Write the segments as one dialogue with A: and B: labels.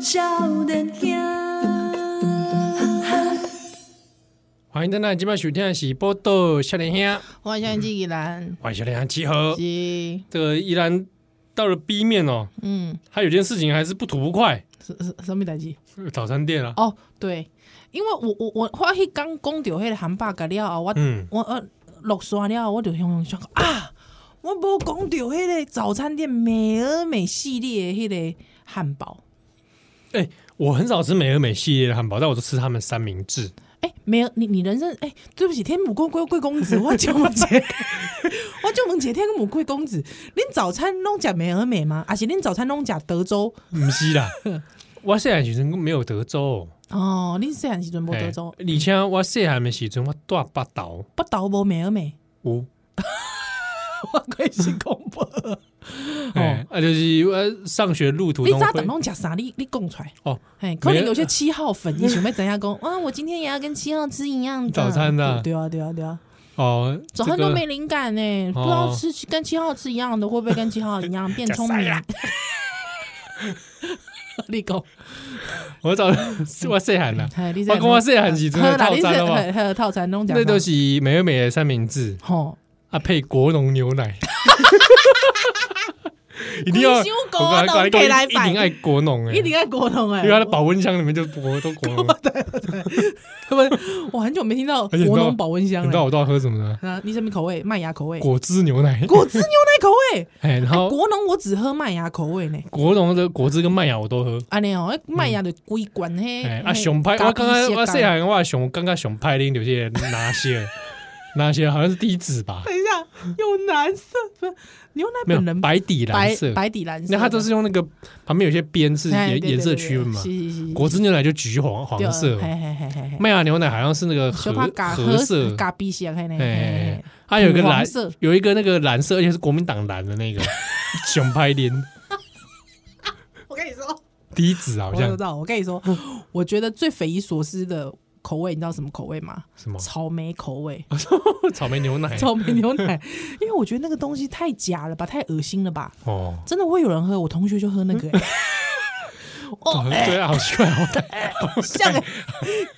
A: 少年兄，
B: 欢迎登来，今晚收听的是《波多少年兄》，
C: 我相信依然
B: 欢迎少年兄集合。
C: 是，
B: 这个依然到了 B 面哦，
C: 嗯，
B: 他有件事情还是不吐不快，
C: 什什什么代志？
B: 早餐店啊，
C: 哦，对，因为我我我我迄刚讲到迄个韩巴格了后，我、
B: 嗯
C: 我呃落山了后，我就想想讲啊，我无讲到迄个早餐店美而美系列的迄个汉堡，
B: 哎、我很少吃美而美系列的汉堡，但我都吃他们三明治。
C: 哎、没有你你人生哎、对不起，天母贵贵贵公子，我就问姐， 我就问姐，天母贵公子，恁早餐拢食美而美吗？还是恁早餐拢食德州？
B: 不是 啦，我细汉时阵没有德州，
C: 哦，恁细汉时阵无德州，
B: 哎而且我细汉的时阵我大北岛
C: 北岛无美而美。
B: 有，
C: 我可以是恐怖。哦
B: 哎、啊就是我上学路途
C: 你
B: 中
C: 早
B: 会
C: 等拢食啥？你你讲出来。
B: 哦，
C: 哎，可能
B: 没
C: 有些七号粉，你想要怎样讲？啊，我今天也要跟七号吃一样的
B: 早餐的
C: 对对啊，对啊，对啊。
B: 哦，
C: 早上都没灵感呢，不知道吃跟七号吃一样的会不会跟七号一样变 聪
B: 吃
C: 明
B: 屎啦？
C: 你讲，
B: 这个我早我细汉啦，
C: 哎，你
B: 我跟我细汉时阵的套餐好不好
C: 还有套餐拢讲，
B: 那都是美而美的三明治
C: 吼，
B: 啊，配国农牛奶。一定要，
C: 贵州国农
B: 我跟你讲
C: 可以来
B: 一
C: 摆
B: 定爱国农哎，
C: 一定爱国统哎
B: 因为，它的保温箱里面就国都国农，
C: 他们我很久没听到
B: 而且你知道
C: 国农保温箱
B: 你知道
C: 了。
B: 我都要喝什么呢？
C: 啊，你什么口味？麦芽口味，
B: 果汁牛奶，
C: 果汁牛奶口味。
B: 哎，然
C: 哎
B: 后
C: 国农我只喝麦芽口味呢。
B: 国农的果汁跟麦芽我都喝。
C: 安尼哦，那麦芽的规管嘿。
B: 哎，嗯啊，
C: 嘿
B: 熊派，
C: 咖
B: 我
C: 啡
B: 刚刚
C: 色
B: 我
C: 咖
B: 细汉我熊，刚刚熊派拎有些拿些拿些，好像是低脂吧？
C: 等一下，有蓝色不是牛奶
B: 没
C: 本
B: 有
C: 人
B: 白底蓝
C: 白
B: 色，
C: 白底蓝色的，
B: 那它都是用那个旁边有些边是
C: 哎
B: 颜
C: 对对
B: 颜色
C: 对
B: 区分嘛
C: 是。是是是
B: 果汁牛奶就橘黄
C: 对
B: 黄色，哦
C: 嘿嘿嘿嘿嘿，
B: 麦芽牛奶好像是那个
C: 小
B: 褐
C: 怕咖
B: 褐色，
C: 咖啡色嘿呢，嘿嘿
B: 哎
C: 嘿，
B: 它有一个
C: 土黄
B: 蓝
C: 色，
B: 有一个那个蓝色，而且是国民党蓝的那 个熊拍脸
C: 我跟你说，
B: 低脂好
C: 我
B: 像
C: 知道，我跟你说，我觉得最匪夷所思的口味，你知道什么口味吗？
B: 什么 哎
C: 草莓口味，
B: 草莓牛奶
C: 草莓牛奶， 因为我觉得那个东西太假了吧，太恶心了吧，
B: 哦，
C: 真的会有人喝，我同学就喝那个、欸。哦，哎
B: 对啊，好奇怪哦，
C: 像欸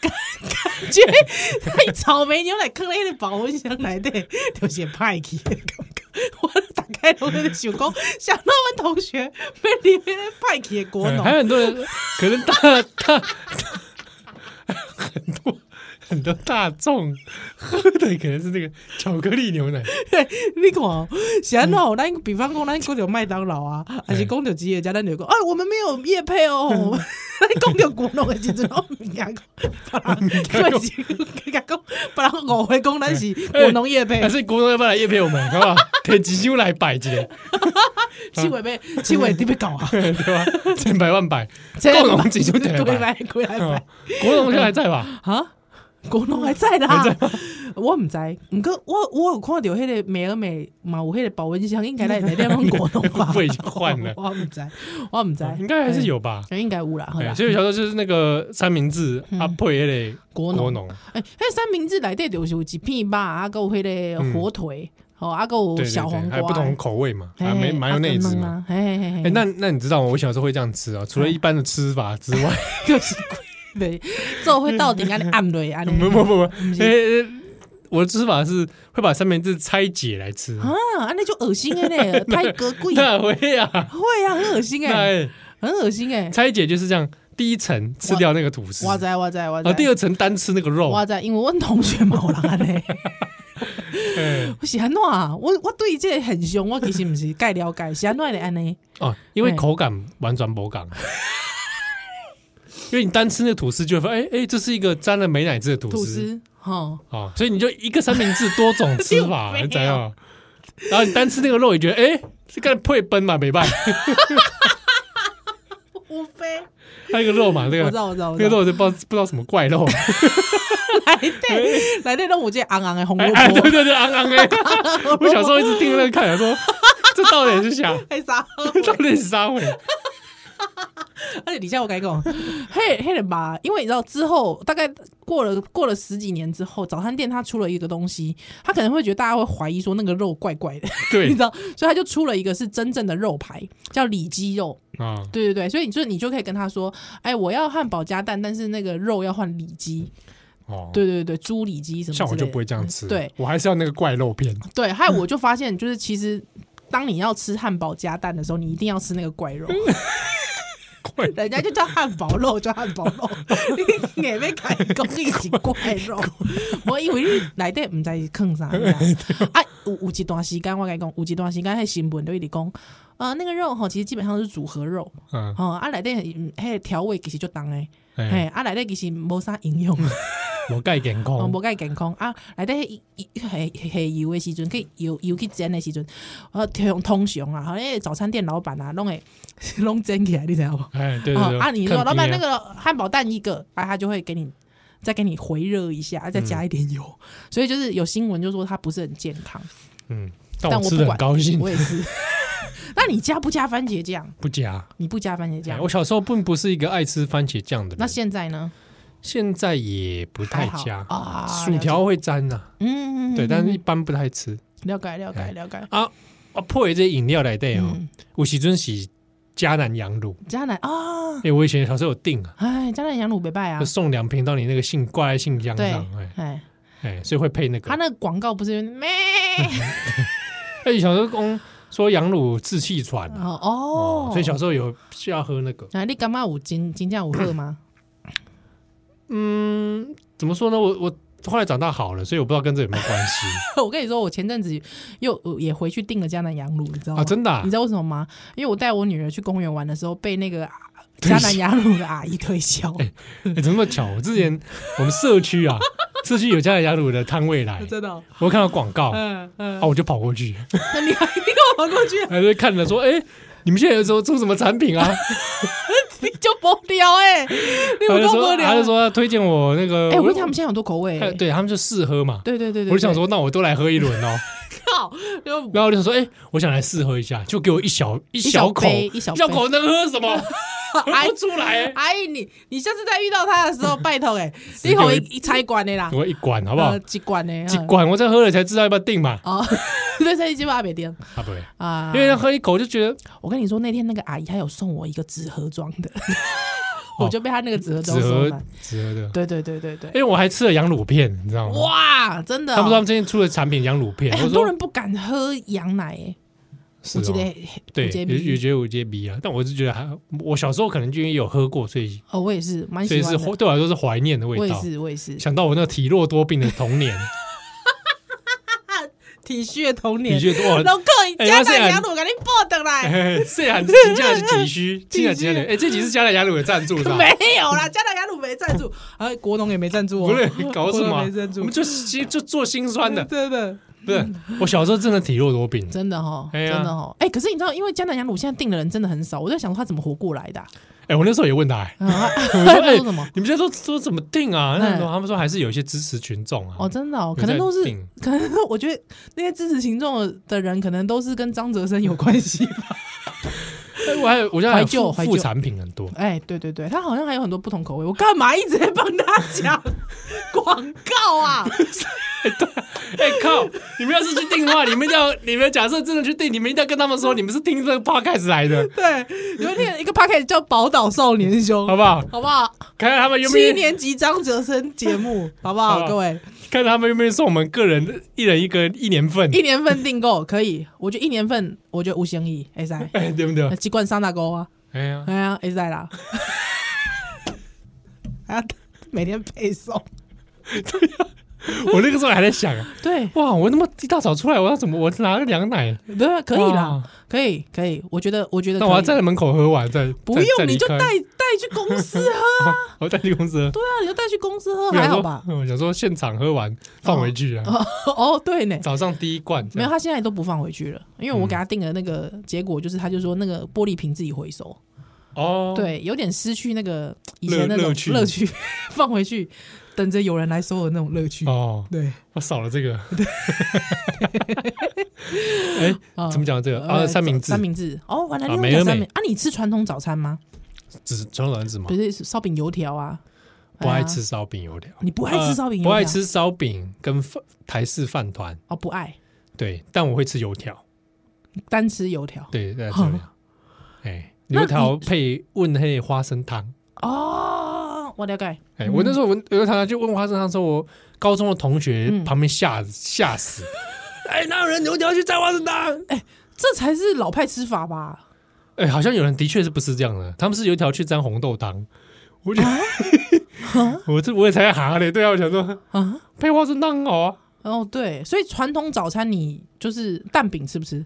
C: 感感觉那草莓牛奶放在那个保温箱内底，就是派去的感觉。我打开了我就想讲，想到阮同学被里面的派去的果
B: 哎
C: 农
B: 还，有很多人可能大大很多很多大众喝的可能是那个巧克力牛奶，
C: 你看哦，想到咱比方讲咱讲到麦当劳啊，还是讲到吉野家，咱就讲，哎，我们没有业配哦。 咱讲到果农的时阵，我们讲，别人就是讲，别人误会讲咱是果农业配
B: 还。是国中要不要来叶配我们，好不 好？可以集中来摆几个，
C: 七尾被七尾你被搞啊！
B: 对吧？千百万百，
C: 这
B: 国农集中来
C: 归
B: 摆。
C: 来归来
B: 哦
C: 摆
B: 国农现在还在吧？
C: 啊！国农还在啦，我唔知，唔过我我有看到迄个美而美嘛，有迄个保温箱应该在在地方国农吧？
B: 会不会已经换了
C: 我唔知，我唔知，
B: 应该还是有吧。
C: 哎，应该有啦，好
B: 哎，
C: 啦。
B: 所以小时候就是那个三明治啊，配嘞
C: 嗯国农
B: 国农，
C: 哎，迄三明治内底就是有一片肉，啊，还有迄个火腿，哦，啊，还有
B: 对
C: 小
B: 对对，
C: 黄
B: 还有
C: 瓜，
B: 不同口味嘛，
C: 哎
B: 还没麻油内子嘛。，
C: 啊跟焖啊嘿嘿嘿
B: 哎
C: 嘿，，
B: 那那你知道我小时候会这样吃啊？除
C: 哎
B: 了一般的吃法之外，，
C: 就是对，做会到底安尼暗对安尼
B: 不不不不，
C: 是
B: 哎，哎我的吃法是会把三明治拆解来吃。
C: 啊，安尼就恶心的嘞，太格贵，
B: 那会啊，
C: 会啊，很恶心
B: 那
C: 哎、
B: 哎
C: 很恶心哎、
B: 拆解就是这样，第一层吃掉那个吐司，
C: 哇
B: 然
C: 塞哇塞哇
B: 后
C: 塞！
B: 哦第二层单吃那个肉。
C: 哇塞，因为我同学嘛，有人安 尼，
B: 哎
C: 我是安怎样啊？我我对这个很凶，我其实不是介了解，是安怎的安尼？
B: 哦，因为
C: 哎
B: 口感完全不港。 因为你单吃那个吐司就会发现，哎哎，这是一个沾了美乃滋的吐
C: 吐
B: 司
C: 司哈，
B: 啊，所以你就一个三明治多种吃法
C: 你有，病
B: 你知道吗？然后你单吃那个肉，你觉得哎，这个配奔嘛，没办法，
C: 无非
B: 它那个肉嘛，那
C: 我
B: 个
C: 知道我知道我
B: 那
C: 知
B: 个
C: 道，
B: 肉就不知道不知道什么怪肉，
C: 来对来对，让我这昂昂的红
B: 哎
C: 萝
B: 哎，对
C: 卜，
B: 对对，昂昂 哎，我小时候一直盯着那个 看，想说这到底是啥？
C: 太傻，
B: 到底是啥味？
C: 而且底下我跟你 讲，黑黑人吧，因为你知道之后大概过了过了十几年之后，早餐店它出了一个东西，他可能会觉得大家会怀疑说那个肉怪怪的，你
B: 对
C: 知道，所以他就出了一个是真正的肉排，叫里脊肉。
B: 啊，
C: 对对对，所以你就你就可以跟他说，哎，我要汉堡加蛋，但是那个肉要换里脊。
B: 哦，
C: 对对对，猪里脊什么之
B: 像
C: 类的？
B: 我就不会这样吃，
C: 对，
B: 我还是要那个怪肉 片，
C: 对，还有 我就发现，就是其实当你要吃汉堡加蛋的时候，你一定要吃那个 怪肉，
B: 怪
C: 人家就叫汉堡肉，叫汉堡肉，你也被改讲一 起怪肉。我以为你内底唔知是 坑啥的啊，啊有有一段时间我跟你讲，有一段时间迄新闻都一直讲，呃，那个肉吼，其实基本上是组合肉，
B: 嗯，
C: 吼、啊内底迄调味其实就重诶，嘿、
B: 哎，
C: 啊内底其实无啥营
B: 哦
C: 养。
B: 我钙健
C: 哦，
B: 康，
C: 无介健康啊！内底下下油的时阵，去油油去煎的时阵，呃，通通常啊，好像早餐店老板啊，拢会 拢煎起来，你知道不？
B: 哎，对对
C: 哦
B: 对，
C: 啊，你说
B: 看
C: 老板
B: 片
C: 那个汉堡蛋一个，啊，他就会给你再给你回热一
B: 嗯
C: 下，再加一点油，所以就是有新闻就说它不是很健康，
B: 嗯，但
C: 但
B: 我
C: 我
B: 吃
C: 不
B: 的
C: 管
B: 很，高兴，
C: 我也是。 那你加不加番茄酱？
B: 不加。
C: 你不加番茄
B: 哎
C: 酱
B: 我，小时候并不是一个爱吃番茄酱的
C: 那
B: 人，
C: 现在呢？
B: 现在也不
C: 还
B: 太
C: 好
B: 加，
C: 啊，
B: 薯条
C: 了解，
B: 会沾呐，
C: 嗯，嗯嗯
B: 对，但是一
C: 嗯
B: 般不太吃。
C: 了解了解
B: 哎
C: 了解，
B: 啊，破这饮料来对哦，
C: 嗯，
B: 有时阵是迦南羊乳，
C: 加奶 啊。
B: 哎，我以前小时候有订啊，
C: 哎，加南羊乳北拜啊
B: 就，送两瓶到你那个信挂在信箱
C: 对
B: 上，哎
C: 哎，
B: 哎，所以会配那个
C: 他。那个广告不是 咩？
B: 哎，小时候公说羊乳治气喘啊，
C: 哦
B: 哦
C: 哦，，
B: 所以小时候有需要喝那个。
C: 哎，你干嘛有金金价有 喝吗？
B: 嗯，怎么说呢？我我后来长大好了，所以我不知道跟这有没有关 系
C: 我跟你说，我前阵子又呃也回去订了加南羊乳，你知道吗？
B: 啊，真的啊
C: 哦你知道为什么吗？因为我带我女儿去公园玩的时候，被那个啊
B: 推
C: 加
B: 销
C: 南羊乳的阿姨推销，
B: 哎欸、怎么那么巧？我之 前我们社区啊，社区有家雅鲁的摊位来，
C: 真的哦，
B: 我看到广告，啊，
C: 嗯嗯，
B: 我就跑过去，
C: 那你还你给我跑过去，
B: 还在看着说，
C: 嗯
B: 哎、你们现在有做做什么产品啊？
C: 你就无聊哎，你
B: 他
C: 有
B: 就
C: 够无
B: 说，他
C: 聊
B: 就。说推荐呃我那个，
C: 哎，我跟你讲，他们现在有很多口味
B: 哎
C: 欸，
B: 对他们就试喝嘛。
C: 对对对对，
B: 我就想
C: 对，
B: 说，那我都来喝一轮 哦。
C: 靠，就
B: 然后我就想说，哎、我想来试喝一下，就给我一 小一小口，
C: 杯一小
B: 一小
C: 杯
B: 口能喝 什么？
C: 哎
B: 喝不出来、
C: 阿姨，哎你你下次再遇到他的时候，拜托 哎、
B: 直
C: 你
B: 接
C: 给我
B: 给
C: 一
B: 我
C: 一拆管的啦，
B: 我一管好不好
C: 呃？几管的，
B: 几
C: 嗯
B: 管我再喝了才知道要不要定嘛。
C: 哦， 对，这一斤八百丁
B: 啊，不对，
C: 啊，
B: 因为要喝一口就觉得
C: 我跟你说，那天那个阿姨还有送我一个纸盒装的，
B: 哦
C: 我就被他那个纸盒
B: 只
C: 装收
B: 喝
C: 买。
B: 只喝的。
C: 对对对对对
B: 因，为我还吃了羊乳片，你知道吗？
C: 哇，真的
B: 哎
C: 哦、
B: 他们说他们最近出的产品羊乳片，
C: 哎
B: 我
C: 很
B: 说
C: 多人不敢喝羊奶、哎，
B: 是
C: 我记
B: 哦，
C: 得
B: 对，也
C: 有一个迷
B: 也觉得有些迷啊。但我是觉得还，我小时候可能就因为有喝过，所以
C: 哦，我也是蛮
B: 所以
C: 喜
B: 是
C: 欢的，
B: 对我来说是怀念的
C: 我
B: 味
C: 也
B: 道。
C: 是我也是，
B: 想到我那个体弱多病的童 年，
C: 体恤童
B: 的
C: 年，
B: 确哇，
C: 老公，你
B: 哎
C: 家
B: 我是
C: 奶
B: 很
C: 羊乳赶紧报的来。
B: 哎 虽然真的是急需，竟然真的哎，这集是加了雅鲁的赞助是吧？
C: 没有啦，加拿大鲁没赞助， 哎，国农也没赞助哦，
B: 不是搞什么
C: 国农
B: 啊
C: 没赞，助
B: 我们就其实就做心酸 的，
C: 真的
B: 不是？我小时候真的体弱多病，
C: 真的哈，
B: 哎
C: 真
B: 呀
C: 的哈，哎，可是你知道，因为加拿大乳现在订的人真的很少，我在想说他怎么活过来 的啊？
B: 哎，我那时候也问他， 哎
C: 啊
B: 我
C: 他
B: 说
C: 说
B: 哎
C: 什么？
B: 你们现在都都怎么定啊？那
C: 嗯
B: 种他们说还是有一些支持群众啊。
C: 哦，真的哦，
B: 有在
C: 可能都是
B: 订，
C: 可能我觉得那些支持群众的人，可能都是跟张哲生有关 系吧。
B: 哎我还有我现在还有
C: 怀旧
B: 副
C: 怀旧
B: 副产品很多，
C: 哎，对对对，他好像还有很多不同口味，我干嘛一直在帮他讲广告 啊？
B: 哎、靠！你们要是去订的话，你们一定要， 你们假设真的去订，你们一定要跟他们说，你们是听这个 podcast 来的，
C: 对，有一天一个 p a c k e t 叫《宝岛少年兄
B: 好》，不好？
C: 好不好？
B: 看看他们愿不
C: 七
B: 愿意，
C: 年级张哲生节 目，好不
B: 好
C: 好？
B: 啊
C: 各位，
B: 看他们愿不愿意送我们个人一人一个一年份，
C: 一年份订购可以，我觉得一年份，我觉得五千亿， 哎塞，
B: 哎、对不对
C: 那？几罐三大沟啊，
B: 哎呀，
C: 哎呀，哎塞啦， 还要每天配送，
B: 我那个时候还在想啊，
C: 对
B: 哇，我那么一大早出来，我要怎么，我拿个凉奶，
C: 对，可以啦
B: 哇，
C: 可以可以，我觉得我觉得
B: 那我要
C: 可
B: 站
C: 以，
B: 在门口喝完再，
C: 不
B: 再
C: 用你就，带
B: 再离
C: 带去公司喝
B: 开
C: 啊，
B: 我带去公司喝。
C: 对啊，你就带去公司喝
B: 我
C: 还
B: 想
C: 好
B: 说
C: 吧？
B: 嗯我想说现场喝完放回去啊，
C: 哦，对呢。
B: 早上第一罐这
C: 没有，
B: 样，
C: 他现在都不放回去了，因为我给他定的那个结果就是，他就说那个玻璃瓶自己回收，
B: 哦，，
C: 对，有点失去那个以
B: 乐
C: 前那种
B: 乐趣
C: 乐趣，放回去等着有人来收的那种乐趣。
B: 哦，
C: 对，
B: 我少了这 个。哎，
C: 啊
B: 怎么讲到这个
C: 呃
B: 啊？三明治
C: 三，明治哦，完了，
B: 啊
C: 另外
B: 美
C: 讲
B: 而
C: 三
B: 美
C: 明啊，你吃传统早餐吗？
B: 只传统饺子吗
C: 不？是烧饼油条啊，
B: 不爱
C: 哎呀
B: 吃烧饼油条，
C: 你不爱吃烧饼
B: 呃不
C: 油条，
B: 爱吃烧饼跟饭台式饭团，
C: 哦，不爱
B: 对，但我会吃油条，
C: 单吃油条
B: 对，对，
C: 好
B: 这样，哎，
C: 那
B: 油
C: 你
B: 条配问黑花生汤，
C: 哦，我了解，
B: 哎，我那时候我油条就问花生汤的时候，我高中的同学
C: 嗯
B: 旁边吓吓死， 哎，哪有人油条去蘸花生汤？
C: 这才是老派吃法吧？
B: 哎、好像有人的确是不是这样的，他们是油条去沾红豆汤。我就、 我这我也才哈嘞，对啊，我想说
C: 啊，
B: 配花生汤哦，
C: 哦对，所以传统早餐你就是蛋饼吃不吃？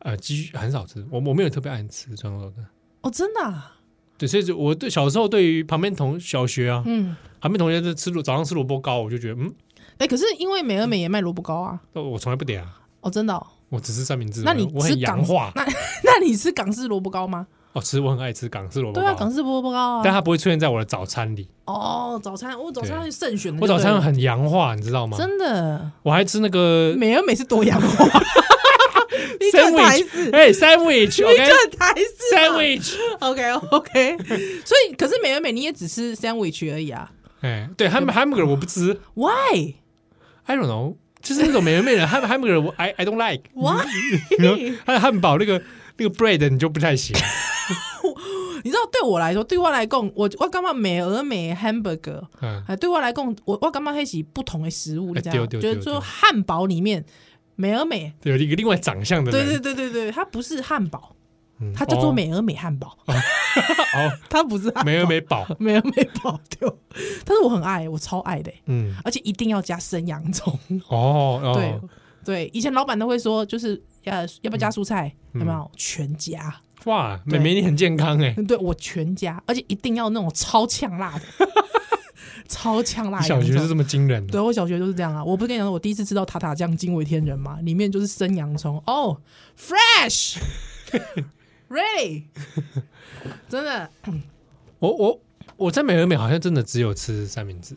B: 呃，鸡很少吃，我我没有特别爱吃酸豆的。
C: 哦，真的、啊，
B: 对，所以我对小时候对于旁边同小学啊，
C: 嗯，
B: 旁边同学是吃萝早上吃萝卜糕，我就觉得嗯，
C: 哎，可是因为美而美也卖萝卜糕啊，
B: 我从来不点啊，
C: 哦，真的、哦，
B: 我只吃三明治。
C: 那你
B: 我我
C: 吃
B: 很洋
C: 港
B: 化
C: 那那你吃港式萝卜糕吗？
B: 哦，吃我很爱吃港式萝卜
C: 对啊，
B: 糕，
C: 港式萝卜糕
B: 但
C: 啊。
B: 它不会出现在我的早餐里。
C: 哦，早餐我早餐
B: 对
C: 会慎选的就
B: 我
C: 对了，
B: 早餐很洋化，你知道吗？
C: 嗯真的
B: 我还吃那个
C: 美而美是多洋化， 你这台
B: sandwich，
C: 式，
B: 哎，sandwich，OK，
C: 这台式啊
B: sandwich。
C: OK OK，所 以可是美而美你也只吃 sandwich 而已啊
B: 哎，对，ham hamburger 我不吃
C: ？Why
B: ，I don't know，就是那种美味美的 ham hamburger 我 I I don't like，
C: Why？
B: 然后它的汉堡那个那个 bread 你就不太行，
C: 你知道对我来说，对我来讲，我我感觉美而美 hamburger，
B: 嗯，
C: 哎，对我来讲，我我感觉那是不同的食物，
B: 哎
C: 你知道吗？
B: 对对对
C: 就是说汉堡里面美而美，
B: 有一个另外长相的
C: 对对
B: 人，
C: 对对对，它不是汉堡，
B: 嗯
C: 它叫做美而美汉堡，
B: 哦，
C: 它不是汉堡
B: 哦美而美堡，
C: 美而美堡丢，但是我很爱，我超爱的，
B: 嗯，
C: 而且一定要加生洋葱。
B: 哦
C: 对
B: 哦，
C: 对，以前老板都会说，就是要要不要加蔬菜，
B: 嗯
C: 有没有全加？
B: 哇，美
C: 对
B: 美你很健康哎，
C: 对我全加，而且一定要那种超 呛辣的，超呛辣
B: 你
C: 的
B: 小
C: 洋
B: 学是
C: 葱。
B: 这么惊人的，
C: 对我小学就是这样啊！我不是跟你讲，我第一次吃到塔塔酱惊为天人嘛，里面就是生洋葱哦、f r e s h really，真的。
B: 我我我在美而美好像真的只有吃三明治，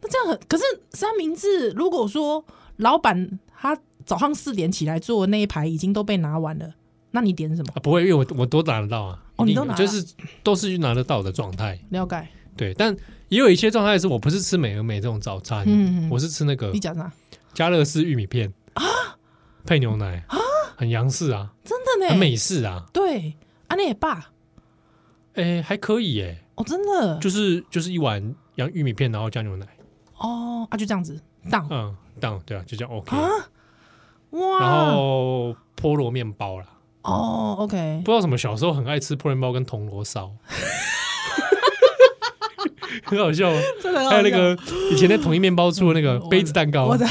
C: 那这样很，可是三明治如果说老板他早上四点起来做的那一排已经都被拿完了，那你点什么？
B: 啊，不会，因为我我都拿得到啊，
C: 哦你
B: 一定
C: 都拿
B: 就
C: 得到
B: 是都是拿得到的状态，
C: 了解？
B: 对，但也有一些状态是我不是吃美而美这种早餐，
C: 嗯嗯
B: 我是吃那个
C: 你讲啥？
B: 加乐士玉米片啊，配牛奶啊，很洋式啊，
C: 真的呢，
B: 很美式啊，
C: 对，啊，那也罢
B: 哎，还可以哎，
C: 哦，真的
B: 就是就是一碗洋玉米片，然后加牛奶，
C: 哦，啊，就这样子当
B: 嗯，当对啊，就这样 OK，
C: 啊，哇，
B: 然后菠萝面包啦，
C: 哦，OK，
B: 不知道什么小时候很爱吃菠萝面包跟铜锣烧。 很好笑哦，
C: 真的很好
B: 还有那
C: 笑嗯
B: 个以前在统一面包出的那个杯子蛋糕，
C: 我
B: 一
C: 的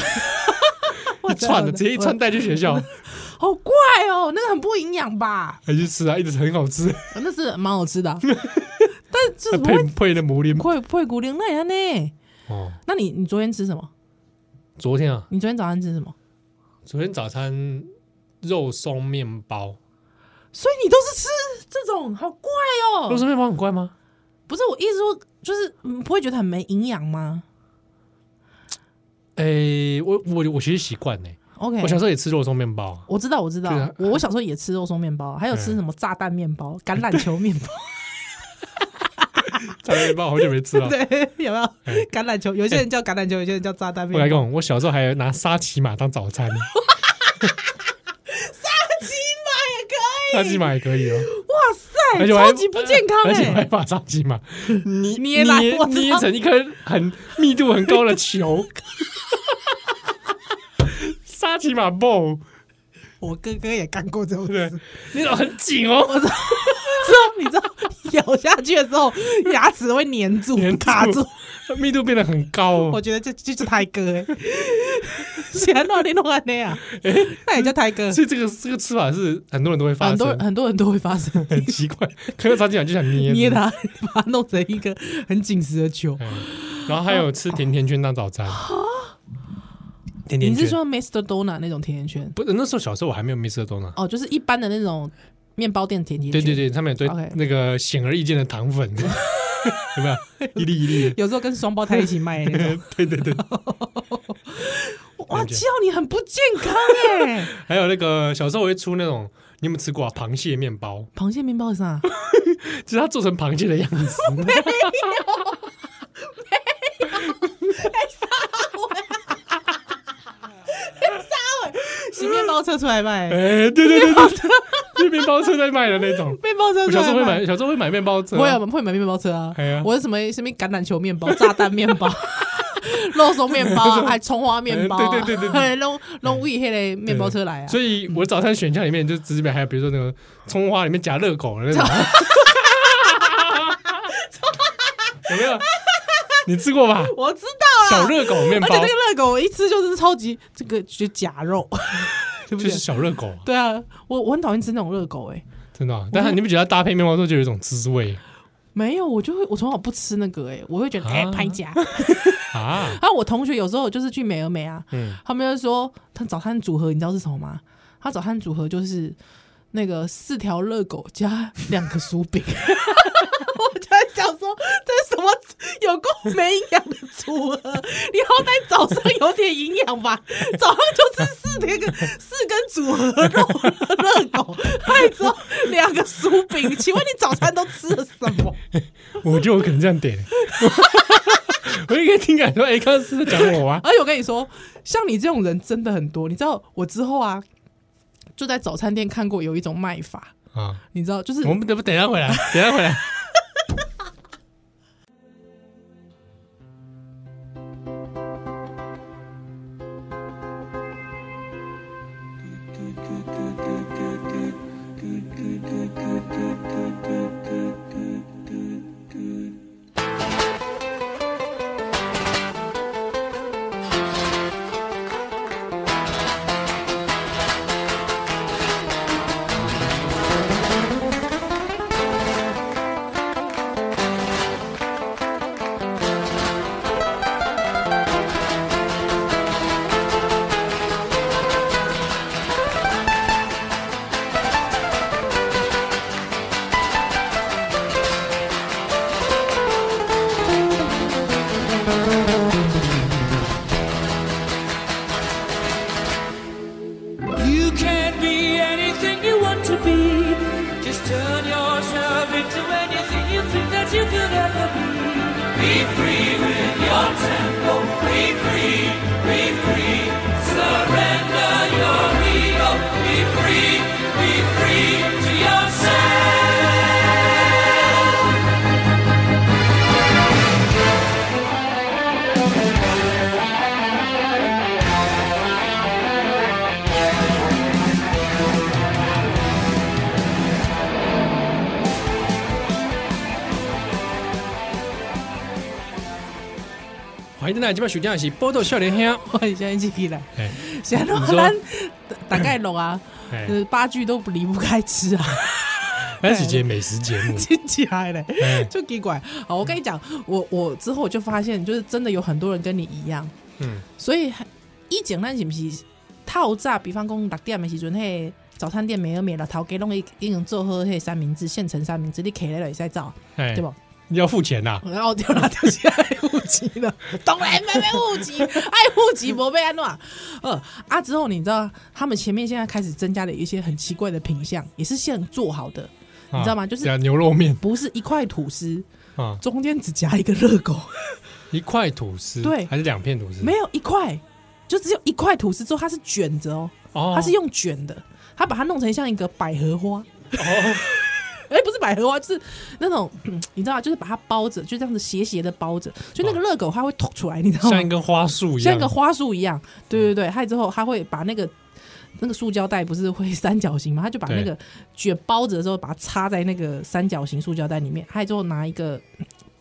C: 我知道
B: 串的
C: 我知
B: 直接一
C: 我
B: 串带去学 校，
C: 好怪哦，那个很不营养吧？
B: 还去吃啊，一直很好吃，
C: 啊那是蛮好吃 的啊，但就
B: 还
C: 是
B: 配
C: 会
B: 配的 牡蛎
C: 会会骨灵那样呢？
B: 哦。
C: 那你你昨天吃什么？
B: 昨天啊，
C: 你昨天早上吃什么？
B: 昨天早餐肉松面包，
C: 所以你都是吃这种，好怪哦
B: 肉。松面包很怪吗？
C: 不是我意思说，就是嗯不会觉得很没营养吗
B: 诶、我我我其实习惯呢，
C: ？OK，
B: 我小时候也吃肉松面包 啊，
C: 我知道，我知道
B: 对啊，
C: 我我小时候也吃肉松面包，还有吃什么炸弹面包、橄榄球面 包，
B: 炸面包好久没吃了。
C: 对，有没有
B: 哎？
C: 橄榄球，有些人叫橄榄球，有些人叫炸弹
B: 我来
C: 面包。
B: 讲，我小时候还拿沙琪玛当早 餐呢，
C: 起
B: 沙琪玛也可以哦，
C: 码也可
B: 而
C: 以，
B: 且我
C: 哇
B: 还
C: 塞，超级不健康
B: 而且我还
C: 哎！
B: 把沙琪玛捏
C: 捏来
B: 捏
C: 我知道
B: 捏成一颗很密度很高的球，沙琪玛 ball，
C: 我哥哥也干过这种
B: 对
C: 事，
B: 不对，那种很紧哦，
C: 之后你知道咬下去的时候，牙齿会粘住、
B: 粘住
C: 卡住。
B: 密度变得很高
C: 我
B: 哦，
C: 觉得这这就是胎哥哎，谁弄你弄安那啊？那也叫胎哥，
B: 所以这个这个吃法是很多人都会发
C: 很
B: 生
C: 多人
B: 的。
C: 很多人都会发 生。
B: 很奇怪，看到炸鸡碗就想捏
C: 捏，它，把它弄成一个很紧实的球。
B: 嗯然后还有吃甜甜圈当早餐，甜甜
C: 啊你
B: 圈
C: 是说 Mr. Donut 那种甜甜圈？
B: 不是？那时候小时候我还没有 Mr. Donut，
C: 哦，就是一般的那种面包店甜甜
B: 对
C: 圈。
B: 对对，他们有对
C: OK
B: 那个显而易见的糖粉， 有没有一粒一粒的？
C: 有时候跟双胞胎一起卖的 那种。
B: 对对对，
C: 哇，
B: 感觉
C: 叫你很不健康哎！
B: 还有那个小时候我会出那种，你有没有吃过啊？螃蟹面包，
C: 螃蟹面包是啥？
B: 就是它做成螃蟹的样子。
C: 洗面包车出来
B: 哎，
C: 卖，
B: 对对对对，就是面包车在卖的那种。
C: 面包车
B: 我
C: 出
B: 小时候
C: 来
B: 会
C: 卖
B: 买，。小时候会买面包车啊。
C: 我也会买面包车啊
B: 哎呀，
C: 我是什么什么橄榄球面包、 炸弹面包、肉松面 包啊，还葱花面包啊，
B: 对对对对对
C: 嘿，弄弄为迄个面包车来啊，
B: 所以我早餐选项里面就直接买，还有比如说那个葱花里面夹热狗的那种，有没有？你吃过吧？
C: 我知道
B: 小
C: 啦。
B: 热狗面
C: 而且
B: 包
C: 那个热狗我一吃就是超级这个就 假肉，对不
B: 就是
C: 对？
B: 小热狗啊，
C: 对啊，我我很讨厌吃那种热狗，哎，
B: 真的啊。但是你不觉得它搭配面包之后就有一种滋味
C: 没有，我就会我从小不吃那个，哎，我会觉得哎
B: 啊
C: 拍夹。
B: 啊？
C: 啊，我同学有时候就是去美而美啊，
B: 嗯，
C: 他们就说他早餐组合你知道是什么吗？他早餐组合就是那个四条热狗加两个薯饼。 我就在想说，这是什么有够没营养的组合？你好歹早上有点营养吧，早上就吃四那个四根组合肉热狗，还有两个薯饼。请问你早餐都吃了什么？
B: 我觉得我可能这样点，我应该听感说，哎，刚刚是在讲我啊？
C: 而且我跟你说，像你这种人真的很多。你知道我之后啊，就在早餐店看过有一种卖法，
B: 啊，
C: 你知道，就是
B: 我们等不等一下回来，啊等一下回来。
A: You can be anything you want to be. Just turn yourself into anything you think that you could ever be. Be free with your tempo. Be free, be free. Surrender your ego. Be free, be free to yourself.
B: 《欢迎进来，今晚收听的是《波多笑莲香》。
C: 我很相信起来，
B: 哎
C: 现在
B: 你说
C: 咱大概拢啊，
B: 哎，
C: 呃八句都离不开吃啊，。
B: 那是节美食节目
C: 听起来嘞
B: 哎
C: 就奇怪。好，我跟你讲，我我之后我就发现，就是真的有很多人跟你一样，
B: 嗯，
C: 所以以前咱是不是透早，比方讲六点的时阵，嘿早餐店美而美了，头家拢已已经做好嘿三明治，现成三明治，你起来了会使走，
B: 哎，
C: 对不？
B: 你要付钱啊呐。
C: 然后就拿掉是爱户籍了，当然没被户籍，爱户籍不被安暖。呃啊，之后你知道他们前面现在开始增加了一些很奇怪的品相，也是现做好的，你知道吗
B: 啊
C: 就是
B: 对啊牛肉面
C: 不是一块吐司，
B: 啊，
C: 中间只夹一个热狗，
B: 一块吐司，
C: 对
B: 还是两片吐司？
C: 没有一块，就只有一块吐司，之后它是卷着哦，
B: 哦，
C: 它是用卷的，它把它弄成像一个百合花。
B: 哦，
C: 哎、不是百合花，就是那种、 嗯你知道，就是把它包着，就这样子斜斜的包着，所以那个热狗它会吐出来，你知道吗
B: 像？一根花束一样，
C: 像一个花束一样。对对对，它之后它会把那个那个塑胶袋不是会三角形嘛，它就把
B: 对
C: 那个卷包着之后，把它插在那个三角形塑胶袋里面，它之后拿一个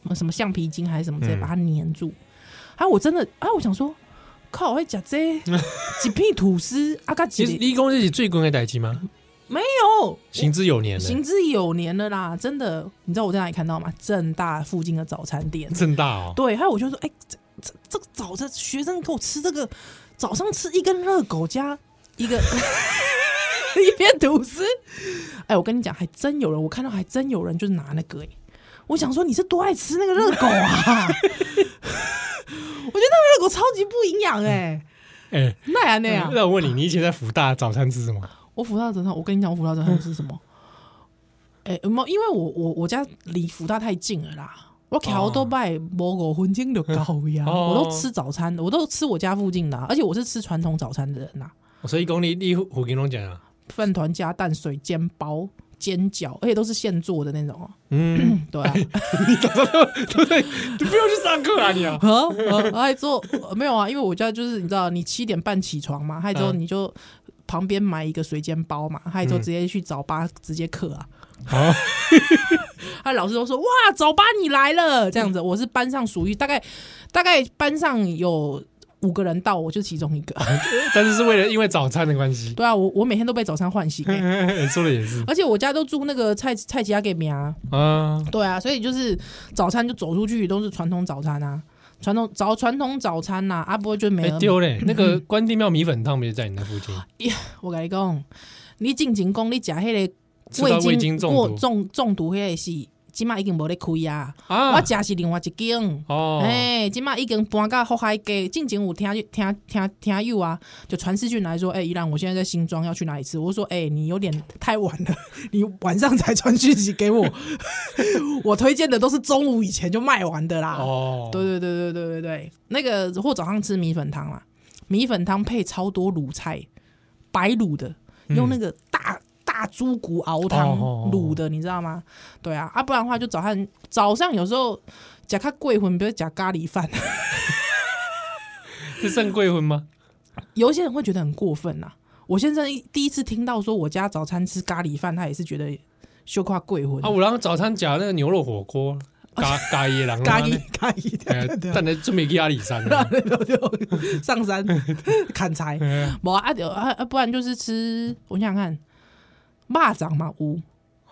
C: 嗯什么橡皮筋还是什么之类
B: 嗯
C: 把它粘住。啊，我真的啊，我想说，靠，我会夹 这几片吐司啊，嘎
B: 你
C: 几
B: 你公这是最贵的代金吗？
C: 没有。
B: 行之有年
C: 行
B: 的，
C: 之有年了啦，真的，你知道我在哪里看到吗？正大附近的早餐店，
B: 正大哦，
C: 对，还有我就说，哎、这这这个早这学生给我吃这个，早上吃一根热狗加一个一片吐司。哎、我跟你讲，还真有人，我看到还真有人就是拿那个、哎，我想说你是多爱吃那个热狗啊？我觉得那个热狗超级不营养哎，
B: 哎，
C: 那样那样。
B: 那我
C: 哦
B: 问你，你以前在福大早餐吃什么？嗯
C: 我辅大早餐，我跟你讲，我辅大早餐是什么？诶、欸，冇，因为我我我家离福大太近了啦，我桥都拜摸个分钟就高呀，
B: 哦
C: 我都吃早餐，我都吃我家附近的啊、而且我是吃传统早餐的人呐、
B: 所以讲你你胡金龙讲啊，
C: 饭团加蛋水煎包、煎饺，而且都是现做的那种哦。
B: 嗯，
C: 对啊，
B: 对不对？你不用去上课啊，你 啊，
C: 啊啊还之后呃没有啊，因为我家就是你知道，你七点半起床嘛，还之后
B: 嗯
C: 你就旁边买一个水煎包嘛，还之后直接去早八直接刻啊。
B: 好，
C: 他老师都说哇，早八你来了这样子。我是班上属于大概大概班上有五个人到，我就其中一个。
B: 但是是为了因为早餐的关 系，
C: 对啊，我我每天都被早餐唤醒、
B: 嗯
C: 欸
B: 说的也是
C: 而且我家都住那个蔡蔡家给面啊。
B: 啊，
C: 对啊，所以就是早餐就走出去都是传统早餐啊，传统早传统早餐呐、啊，阿波就没
B: 哎
C: 有。嗯啊
B: 丢嘞，那个关帝庙米粉汤不是在你那附近？
C: 我跟你讲，你进前讲你食迄
B: 吃
C: 个
B: 到味精
C: 精
B: 中
C: 过
B: 毒
C: 中中毒迄个是，即马已经无咧开啊，
B: 啊
C: 我，食是另外一间。
B: 哦，
C: 哎，即马已经搬到福海街，进前有听听听听友啊，就传视讯来说，哎、依兰，我现在在新庄，要去哪里吃？我说，哎、你有点太晚了，你晚上才传讯息给我， 我推荐的都是中午以前就卖完的啦。
B: 哦，
C: 对对对对对对对，那个或早上吃米粉汤啦，米粉汤配超多卤菜，白卤的，用那个大、大猪骨熬汤
B: 哦哦哦
C: 卤的，你知道吗？对啊，啊不然的话就早上早上有时候假看贵魂，比如假咖喱饭，
B: 是圣贵婚吗？
C: 有一些人会觉得很过分呐、我先生一第一次听到说我家早餐吃咖喱饭，他也是觉得羞夸贵魂
B: 啊，我让早餐夹那个牛肉火锅，咖咖椰郎啊
C: 咖喱，咖喱
B: 哎呀
C: 哦对对啊对，
B: 但你准备去阿里山啊，
C: 上山砍柴。
B: 嗯
C: 无啊啊就啊啊，不然就是吃，我想想看，蚂蚱嘛有，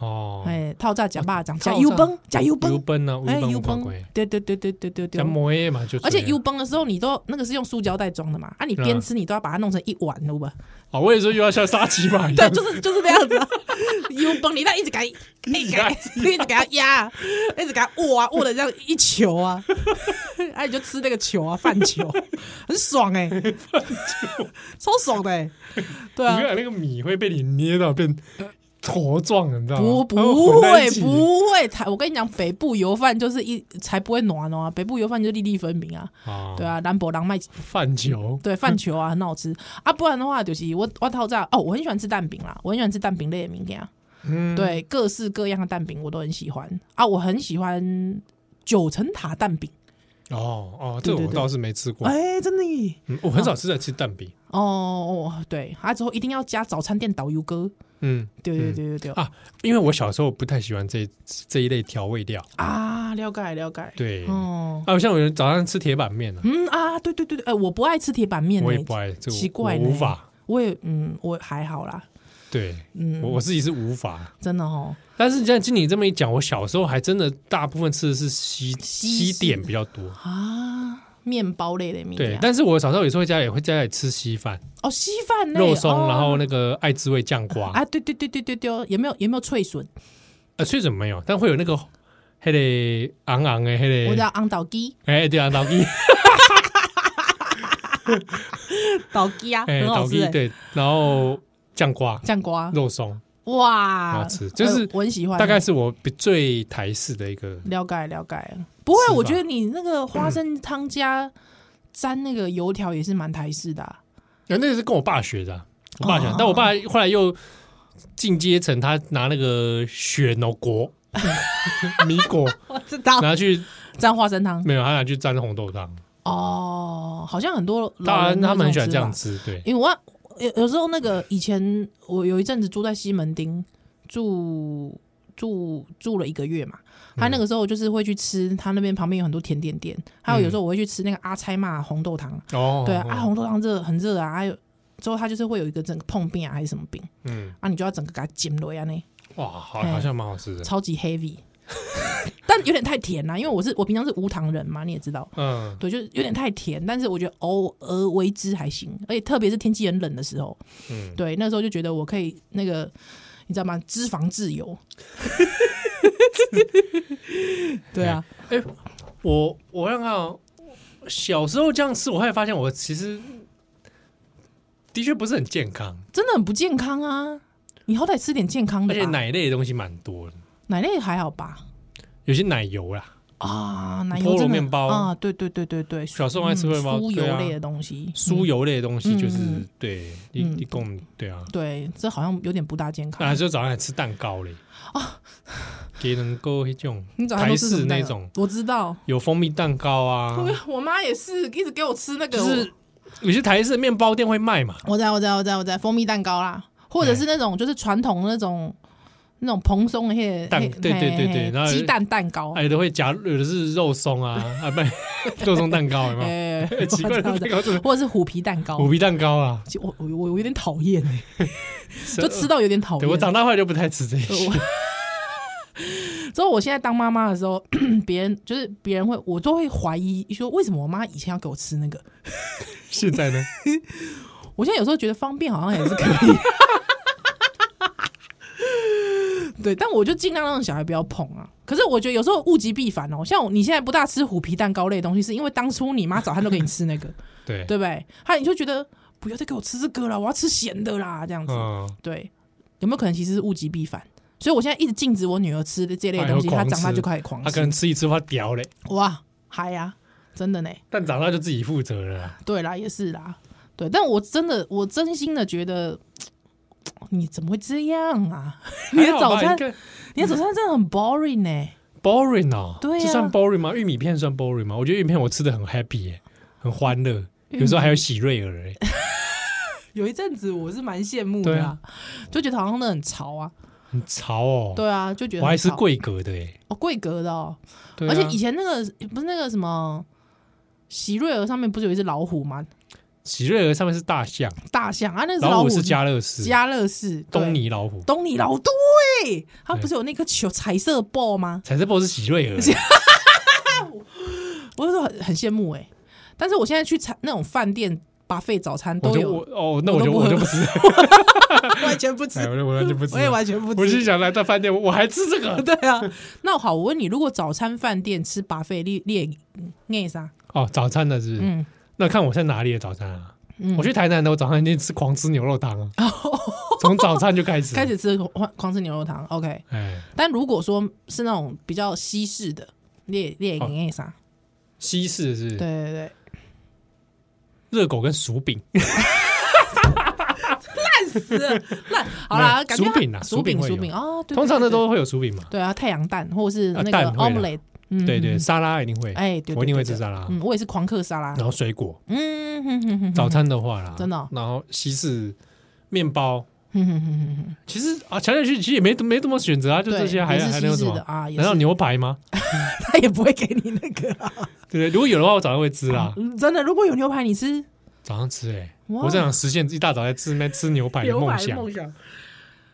B: 哦，
C: 哎、套炸夹蚂蚱，
B: 套
C: 夹
B: 炸
C: 油崩，夹油
B: 油
C: 崩，
B: 崩啊，
C: 哎
B: 油崩
C: 油崩
B: 有看过，
C: 对对对对对对
B: 加
C: 对。
B: 摩耶嘛，就
C: 而且
B: 对了
C: 油崩的时候，你都那个是用塑胶袋装的嘛，啊，你边吃你都要把它弄成一碗，对吧？
B: 哦，我也说又要像沙琪玛一
C: 对，
B: 样，
C: 就是就是这样子、啊。 油崩你那一直给它，一直 给它，一直给它压，啊一直给它握啊，握的这样一球啊， 哎、你就吃那个球啊，饭球，很爽 哎、超爽的、欸，对啊
B: 你。看那个米会被你捏到变坨状，你知道吗？
C: 不
B: 它
C: 不
B: 混在一
C: 会
B: 起
C: 不会，台我跟你讲，北部油饭就是一才不会暖哦、啊，北部油饭就是粒粒分明啊，
B: 哦
C: 对啊，兰博狼麦
B: 饭球
C: 对饭球啊，很好吃啊，不然的话就是我我套炸哦，我很喜欢吃蛋饼啦，我很喜欢吃蛋饼类的名啊，
B: 嗯
C: 对各式各样的蛋饼我都很喜欢啊，我很喜欢九层塔蛋饼，
B: 哦哦，这
C: 对对
B: 我
C: 对
B: 倒是没吃过，
C: 哎、真的耶
B: 嗯我很少吃在吃蛋饼，
C: 哦哦，对，啊之后一定要加早餐店导游哥，
B: 嗯，
C: 对对对对对、
B: 啊，因为我小时候不太喜欢这这一类调味料，
C: 啊，了解了解，
B: 对，
C: 哦。
B: 啊，像有人早上吃铁板面啊，
C: 嗯啊，对对对对，哎、我不爱吃铁板面、欸，
B: 我也不爱，这我
C: 奇怪
B: 我
C: 呢
B: 无法，
C: 我也嗯，我还好啦，
B: 对
C: 嗯，
B: 我我自己是无法。
C: 真的哦，
B: 但是像经理这么一讲，我小时候还真的大部分吃的是西
C: 西
B: 西点比较多，
C: 啊，面包类的米
B: 对
C: 啊，。
B: 但是我小时候有时候在家里会在家里吃稀饭、
C: 哦，稀饭类
B: 肉松，
C: 哦
B: 然后那个爱滋味酱瓜
C: 啊，对对对对对对哦，有没有有没有脆笋？
B: 呃，脆怎么没有？但会有那个黑嘞昂昂的黑
C: 我
B: 嘞
C: 叫，昂倒鸡，
B: 哎对啊，老 鸡，
C: 倒鸡啊，
B: 哎
C: 很好
B: 老
C: 吃
B: 鸡
C: 哎，
B: 对，然后酱瓜、
C: 酱瓜，
B: 肉松，很
C: 哇
B: 好，吃就是
C: 哎我很喜欢，
B: 大概是我比最台式的一个
C: 了解了解，不会
B: 吃，法
C: 我觉得你那个花生汤加沾那个油条也是蛮台式的啊，
B: 啊，那个是跟我爸学的啊、我爸学的，
C: 哦
B: 但我爸后来又进阶成他拿那个雪浓 果米果
C: 我知道
B: 拿去
C: 沾花生汤
B: 没有，他拿去沾红豆汤，
C: 哦，好像很多
B: 当
C: 老
B: 然
C: 人
B: 他
C: 都
B: 们很喜
C: 种
B: 欢这
C: 法
B: 样吃，对，
C: 因为我有有时候那个以前我有一阵子住在西门町，住住住了一个月嘛。他
B: 嗯
C: 那个时候就是会去吃，他那边旁边有很多甜点店，还有有时候我会去吃那个阿差嘛红豆汤，
B: 嗯哦，
C: 对啊，
B: 哦
C: 啊红豆汤热很热啊，还有之后他就是会有一个整个碰饼啊还是什么饼
B: 嗯，
C: 啊，你就要整个给它煎落啊那
B: 哇，好，
C: 哎
B: 好像蛮好吃的，
C: 超级 heavy，但有点太甜啦，因为我是我平常是无糖人嘛，你也知道，
B: 嗯，
C: 对，就是有点太甜，但是我觉得偶尔为之还行，而且特别是天气很冷的时候，
B: 嗯
C: 对，那时候就觉得我可以那个，你知道吗？脂肪自由。 对啊，
B: 哎我我看看哦，小时候这样吃，我后来发现我其实的确不是很健康，
C: 真的很不健康啊！你好歹吃点健康
B: 而
C: 的
B: 且
C: 吧。
B: 奶类的东西蛮多的，
C: 奶类还好吧？
B: 有些奶油啦，
C: 啊，奶
B: 菠
C: 油
B: 萝
C: 真的
B: 面包
C: 啊，对对对对对，
B: 小时候爱吃面包
C: 嗯酥
B: 对
C: 油
B: 啊
C: 类的东西，
B: 酥
C: 嗯
B: 油类的东西就是、
C: 嗯嗯
B: 对一
C: 嗯
B: 一共对啊，
C: 对，这好像有点不大健
B: 那还
C: 康。
B: 是早上还吃蛋糕嘞啊，给能够那种
C: 哦你早上
B: 台
C: 都吃什
B: 式
C: 么蛋
B: 那
C: 糕
B: 种，
C: 我知道，
B: 有蜂蜜蛋糕啊，
C: 我妈也是一直给我吃那个，
B: 就是有些台式的面包店会卖嘛，
C: 我在我在我在我在蜂蜜蛋糕啦，或者是那种就是传统那种那种蓬松的那些
B: 蛋
C: 嘿
B: 对对对
C: 嘿
B: 对
C: 嘿
B: 然后
C: 鸡蛋蛋糕
B: 啊，，有的会夹，有的是肉松啊，啊不， 肉松蛋糕有没有？
C: 哎，
B: 奇怪的
C: 我知道我知
B: 蛋
C: 道
B: 糕怎么
C: 或者是虎皮蛋糕，
B: 虎皮蛋糕啊，
C: 其实我我我有点讨厌欸，就吃
B: 到。
C: 到有点讨
B: 对
C: 厌。
B: 我长大后来就不太吃这
C: 呃
B: 些，
C: 我之后我现在当妈妈的时候， 别人就是别人会，我都会怀疑说，为什么我妈以前要给我吃那个？
B: 现在呢？
C: 我现在有时候觉得方便好像也是可以。 对，但我就尽量让小孩不要碰啊。可是我觉得有时候物极必反哦，像你现在不大吃虎皮蛋糕类的东西，是因为当初你妈早餐都给你吃那 个，
B: 对，
C: 对不对？还有你就觉得不要再给我吃这个了，我要吃咸的啦，这样子。
B: 嗯，
C: 对，有没有可能其实是物极必反？所以我现在一直禁止我女儿吃的这类的东西，
B: 哎呦
C: 她
B: 狂
C: 长大
B: 吃
C: 就开始狂
B: 他可
C: 吃
B: 能。吃一次发屌嘞，
C: 哇，嗨呀、真的呢。
B: 但长大就自己负责了啦。
C: 对啦，也是啦，对。但我真的，我真心的觉得，你怎么会这样啊？ 你的
B: 还好吧
C: 早餐
B: 你，看
C: 你的早餐真的很 boring 呢、
B: boring 哦，
C: 对啊
B: 这算 boring 吗？玉米片算 boring 吗？我觉得玉米片我吃的很 happy 耶，很欢乐，有时候还有喜瑞尔哎，
C: 有一阵子我是蛮羡慕
B: 对
C: 的、
B: 啊
C: 就觉得好像那很潮啊。
B: 很潮哦。
C: 对啊，就觉得
B: 我还
C: 很
B: 吃
C: 潮
B: 桂格的哎，
C: 哦，贵格的哦、
B: 对啊
C: 而且以前那个不是那个什么喜瑞尔上面不是有一只老虎吗？
B: 喜瑞尔上面是大象，
C: 大象啊，那只
B: 老
C: 虎
B: 虎是加乐士，
C: 加乐士对
B: 东尼老虎，
C: 东尼老对，他不是有那颗球彩色豹吗？
B: 彩色豹是喜瑞尔，欸
C: 我是很很羡慕哎、但是我现在去餐那种饭店把费早餐
B: 我
C: 都
B: 就
C: 有，
B: 我
C: 我
B: 哦，那
C: 我
B: 我
C: 都
B: 就
C: 不
B: 我
C: 喝
B: 就不吃，
C: 完全不 吃
B: 哎，我就我就不吃，
C: 我也完全不吃。
B: 我是想来到饭店，我我还吃这个
C: 对啊，那好，我问你，如果早餐饭店吃把费列列念啥？
B: 哦，早餐的是不是？
C: 嗯，
B: 那看我在哪里的早餐啊？
C: 嗯哦
B: 我去台南的，我早上一定吃狂吃牛肉汤啊， 从早餐就开始
C: 开始吃狂狂吃牛肉汤，OK。
B: 哎，
C: 但如果说是那种比较西式的列列
B: 哦
C: 念啥？
B: 西式是不
C: 对
B: 是
C: 对对，
B: 热狗跟薯饼，
C: 是啊那好啦，
B: 没有
C: 感觉
B: 薯饼啊
C: 薯
B: 薯饼
C: 饼
B: 会有
C: 薯饼哦，对对
B: 通常
C: 对
B: 那
C: 对
B: 都会有薯饼嘛。
C: 对啊，太阳蛋或者是
B: 啊
C: 那个
B: 蛋会啦
C: omelette，嗯，
B: 对对，啊
C: 嗯，
B: 沙拉一定会，
C: 嗯哎，对，
B: 我一定
C: 对
B: 会
C: 对
B: 吃
C: 对
B: 沙拉。
C: 嗯，我也是狂客沙拉
B: 然，后水果，
C: 嗯哼哼哼，
B: 早餐的话啦，
C: 真的哦嗯
B: 然后西式面包，
C: 哼哼哼哼哼，
B: 其实啊，强烈去其实也没没什么选择啊，就
C: 对
B: 这些，还
C: 也是
B: 还能有
C: 西
B: 什
C: 式的
B: 么？
C: 啊，也
B: 难道
C: 是，
B: 牛排吗？
C: 他也不会给你那个 啊，
B: 对不对？如果有的话，我早上会吃啦。
C: 嗯真的，如果有牛排你吃，
B: 早上吃，哎，
C: 哇
B: 我在想实现一大早在吃那吃牛排的梦想。
C: 想。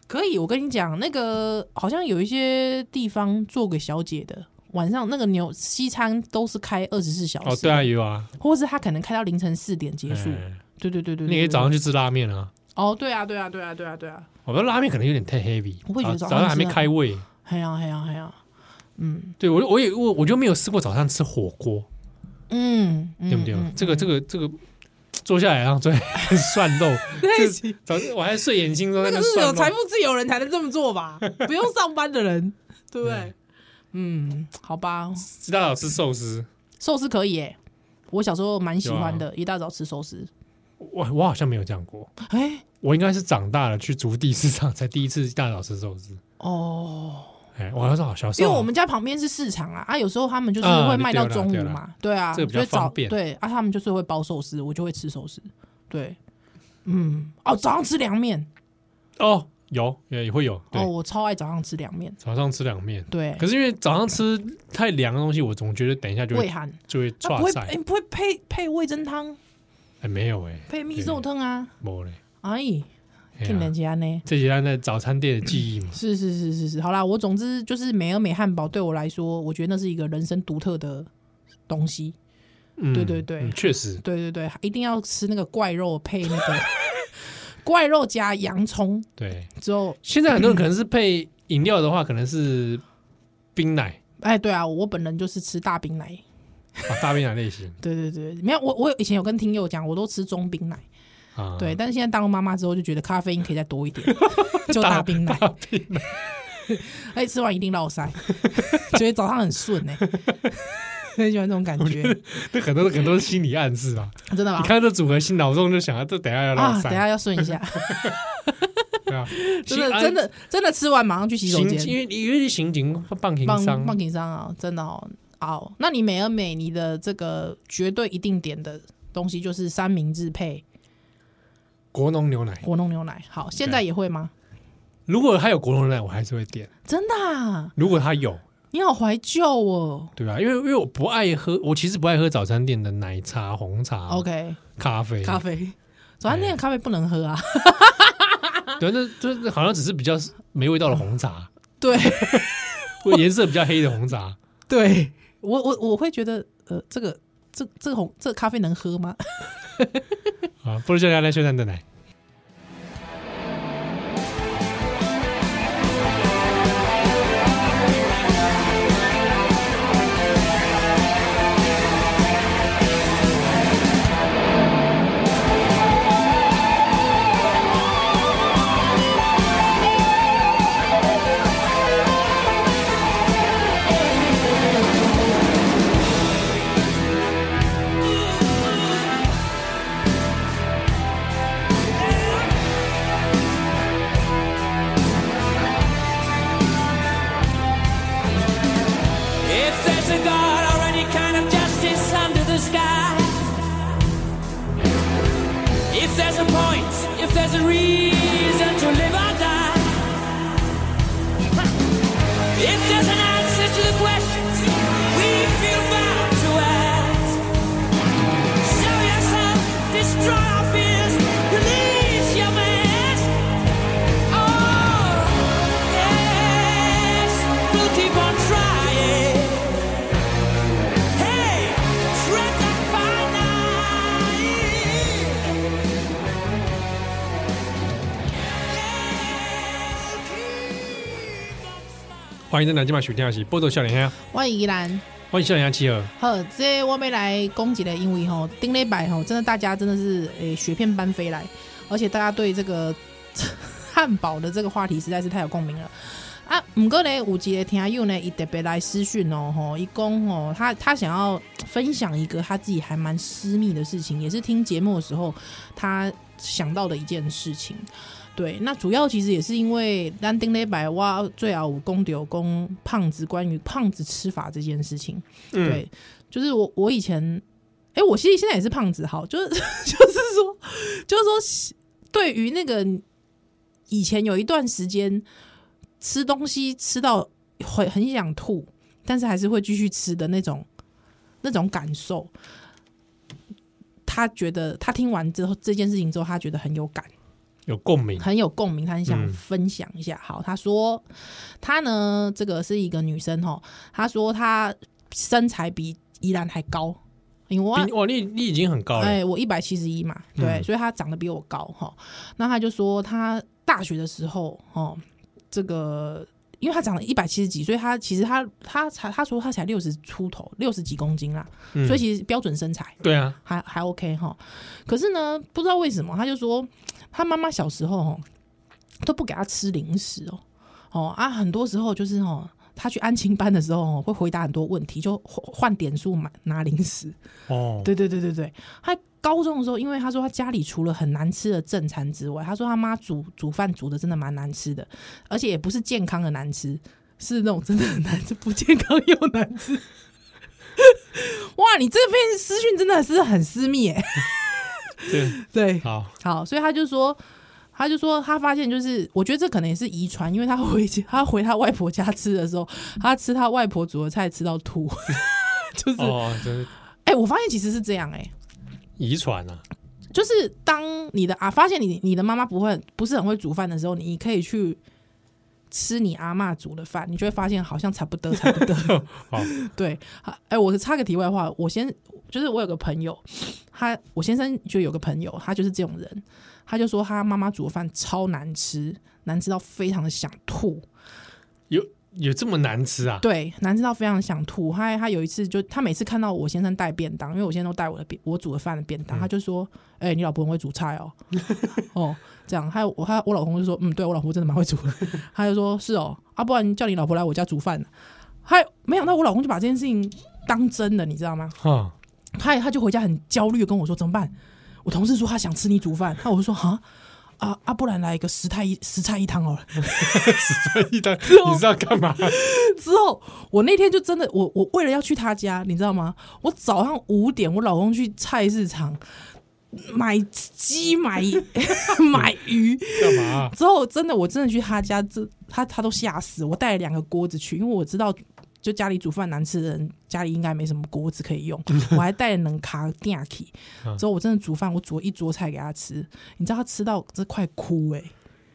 C: 可以，我跟你讲，那个好像有一些地方做给小姐的，晚上那个牛西餐都是开二十四小时，
B: 哦，对啊，，有啊，
C: 或是他可能开到凌晨四点结束，
B: 哎
C: 对对对对，
B: 你可以
C: 对
B: 早上去吃拉面啊。
C: 哦，对啊，对啊，对啊，对啊，对啊，
B: 我觉得拉面可能有点太 heavy，
C: 我会觉得
B: 早
C: 早
B: 早
C: 上
B: 上还没
C: 吃啊
B: 开胃。
C: 嘿呀嘿呀嘿呀，嗯
B: 对我，我也我我就没有试过早上吃火锅，
C: 嗯，
B: 对不对
C: 嗯？
B: 这个这个这个坐下来然后 最涮 肉，这早我还睡眼惺忪在
C: 那
B: 那
C: 个是有
B: 涮
C: 财
B: 肉。
C: 富自由人才能这么做吧？不用上班的人，对不对
B: 对？
C: 嗯，好吧，
B: 一大早吃寿司，
C: 寿司可以耶，我小时候蛮喜欢
B: 啊
C: 的，一大早吃寿司。
B: 我我好像没有这样过，
C: 哎，
B: 我应该是长大了去竹地市场才第一次一大早吃寿司。
C: 哦，
B: 哎，我好像小时
C: 因
B: 候
C: 为
B: 啊
C: 我们家旁边是市场啊，啊，有时候他们就是
B: 啊
C: 会卖到
B: 对啦
C: 中
B: 对
C: 午
B: 啦
C: 嘛，对啊，
B: 这个比较
C: 所以早
B: 方便
C: 对啊，他们就是会包寿司，我就会吃寿司，对，嗯，哦，早上吃凉面，
B: 哦有也也会有，对
C: 哦，，我超爱早上吃凉面，
B: 早上吃凉面。
C: 对，
B: 可是因为早上吃太凉的东西，我总觉得等一下就
C: 胃
B: 会
C: 寒，
B: 就会
C: 那
B: 岔
C: 不会哎
B: 塞。
C: 不会配配味噌汤，
B: 哎，没有哎，
C: 配蜜肉汤啊，
B: 没嘞。
C: 哎，
B: 哎呀
C: 听人家呢。。
B: 这几单在早餐店的记忆嘛
C: 是是是是是，好啦，我总之就是美而美汉堡对我来说，我觉得那是一个人生独特的东西。
B: 嗯
C: 对对对
B: 嗯确实，
C: 对对对，一定要吃那个怪肉配那 个怪肉加洋葱
B: 对。
C: 之后，
B: 现在很多人可能是配饮料的话，可能是冰奶
C: 哎，对啊，我本人就是吃大冰奶。
B: 啊，大冰奶类型
C: 对对对，没有我我以前有跟听友讲，我都吃中冰奶，
B: 啊。
C: 嗯 对，但是现在当了妈妈之后就觉得咖啡因可以再多一点，就大冰奶。
B: 大冰奶，
C: 而且吃完一定落腮， 觉得早上很顺哎、 很喜欢这种感觉，
B: 这很多很多心理暗示 啊。
C: 真的吗
B: 你？看这组合，心脑中就想啊，这等一下要
C: 啊，
B: 落
C: 等一
B: 塞，
C: 下要顺一下，
B: 对啊，
C: 真的
B: 心啊
C: 真的真的吃完马上去洗手
B: 刑
C: 间，
B: 因为因为刑警棒情
C: 放
B: 伤
C: 放情商啊，真的哦。哦，那你美而美，你的这个绝对一定点的东西就是三明治配
B: 国农牛奶，
C: 果冻牛奶。好，现
B: 对
C: 在也会吗？
B: 如果他有国农牛奶，我还是会点。
C: 真的、啊，
B: 如果他有，
C: 你好怀旧哦。
B: 对吧、因为因为我不爱喝，我其实不爱喝早餐店的奶茶、红茶、
C: OK，
B: 咖啡。
C: 咖啡，早餐店的咖啡不能喝啊。
B: 对，那就是好像只是比较没味道的红茶，
C: 对
B: 或颜色比较黑的红茶。
C: 对，我我我会觉得，呃，这个这这红这咖啡能喝吗？
B: 啊，不如叫他来修蛋的奶。
A: If there's a God or any kind of justice under the sky, if there's a point, if there's a reason to live or die, if there's an answer to the questions we feel bound to ask, show yourself, destroy our fears, release your mask. Oh. Yes, we'll keep on trying. Hey, tread that fine line.
B: 欢迎在南京买许天下喜，波多笑脸香，
C: 万怡兰，
B: 欢迎笑脸香妻儿。
C: 呵，这我没来攻击的，因为吼丁磊摆吼，真的大家真的是诶、雪片般飞来，而且大家对这个 汉堡的这个话题实在是太有共鸣了。啊，五过呢，有一个听友呢，伊特别来私讯哦，吼，一共哦，他他想要分享一个他自己还蛮私密的事情，也是听节目的时候他想到的一件事情。对，那主要其实也是因为咱丁磊摆哇，最后有公丢公胖子关于胖子吃法这件事情。
B: 嗯，
C: 对，就是我我以前，哎、我其实现在也是胖子，好，就是 就是说，就是说，对于那个以前有一段时间吃东西吃到会很想吐，但是还是会继续吃的那种那种感受，他觉得他听完之后这件事情之后，他觉得很有感。
B: 有共鸣。
C: 很有共鸣，他很想
B: 嗯
C: 分享一下。好，他说他呢，这个是一个女生哦，她说她身材比依兰还高，因为我
B: 比哇，你你已经很高了，
C: 哎，我一百七十一嘛，对，
B: 嗯
C: 所以她长得比我高哈、那她就说她大学的时候哦，这个。因为她长了一百七十几，所以她其实她她才她说她才六十出头，六十几公斤啦，
B: 嗯
C: 所以其实标准身材。
B: 对啊，
C: 还还 OK 哈。可是呢，不知道为什么，他就说他妈妈小时候哦都不给他吃零食哦，哦啊，很多时候就是哦，他去安亲班的时候哦，会回答很多问题，就换换点数买拿零食。
B: 哦，
C: 对对对对对，他高中的时候，因为他说他家里除了很难吃的正餐之外，他说他妈煮煮饭煮的真的蛮难吃的，而且也不是健康的难吃，是那种真的很难吃，不健康又难吃。哇，你这篇私讯真的是很私密耶。
B: 对，
C: 对，
B: 好，
C: 好，所以他就说。他就说，他发现就是，我觉得这可能也是遗传，因为他回家他回他外婆家吃的时候，他吃他外婆煮的菜吃到吐， 就是，哎、
B: 哦，真的
C: 我发现其实是这样、哎，
B: 遗传啊，
C: 就是当你的啊发现你你的妈妈不会不是很会煮饭的时候，你可以去吃你阿嬷煮的饭，你就会发现好像差不多差不多。
B: 好，
C: 对，啊哎、我插个题外话，我先就是我有个朋友，他我先生就有个朋友，他就是这种人，他就说他妈妈煮的饭超难吃，难吃到非常的想吐。
B: 有有这么难吃啊？
C: 对，难吃到非常想吐。他他有一次就他每次看到我先生带便当，因为我先生都带我的便我煮的饭的便当，他就说：“哎、你老婆很会煮菜哦。”哦，这样，还有我他我老公就说：“嗯，对我老婆真的蛮会煮的。” 他就说：“是哦，啊，不然叫你老婆来我家煮饭。”还没想到我老公就把这件事情当真了，你知道吗？
B: 哈，
C: 他他就回家很焦虑的跟我说怎么办？我同事说他想吃你煮饭，那我就说哈啊啊，不然来一个十菜一十菜一汤好了。
B: 所以他
C: 哦
B: 你知道干嘛？
C: 之后我那天就真的我我为了要去他家，你知道吗？我早上五点，我老公去菜市场买鸡买 买鱼，
B: 干嘛？啊
C: 之后真的我真的去他家，这他他都吓死我，带了两个锅子去，因为我知道就家里煮饭难吃的人，家里应该没什么锅子可以用，我还带了冷卡电器。之后我真的煮饭，我煮了一桌菜给他吃，你知道他吃到这快哭哎、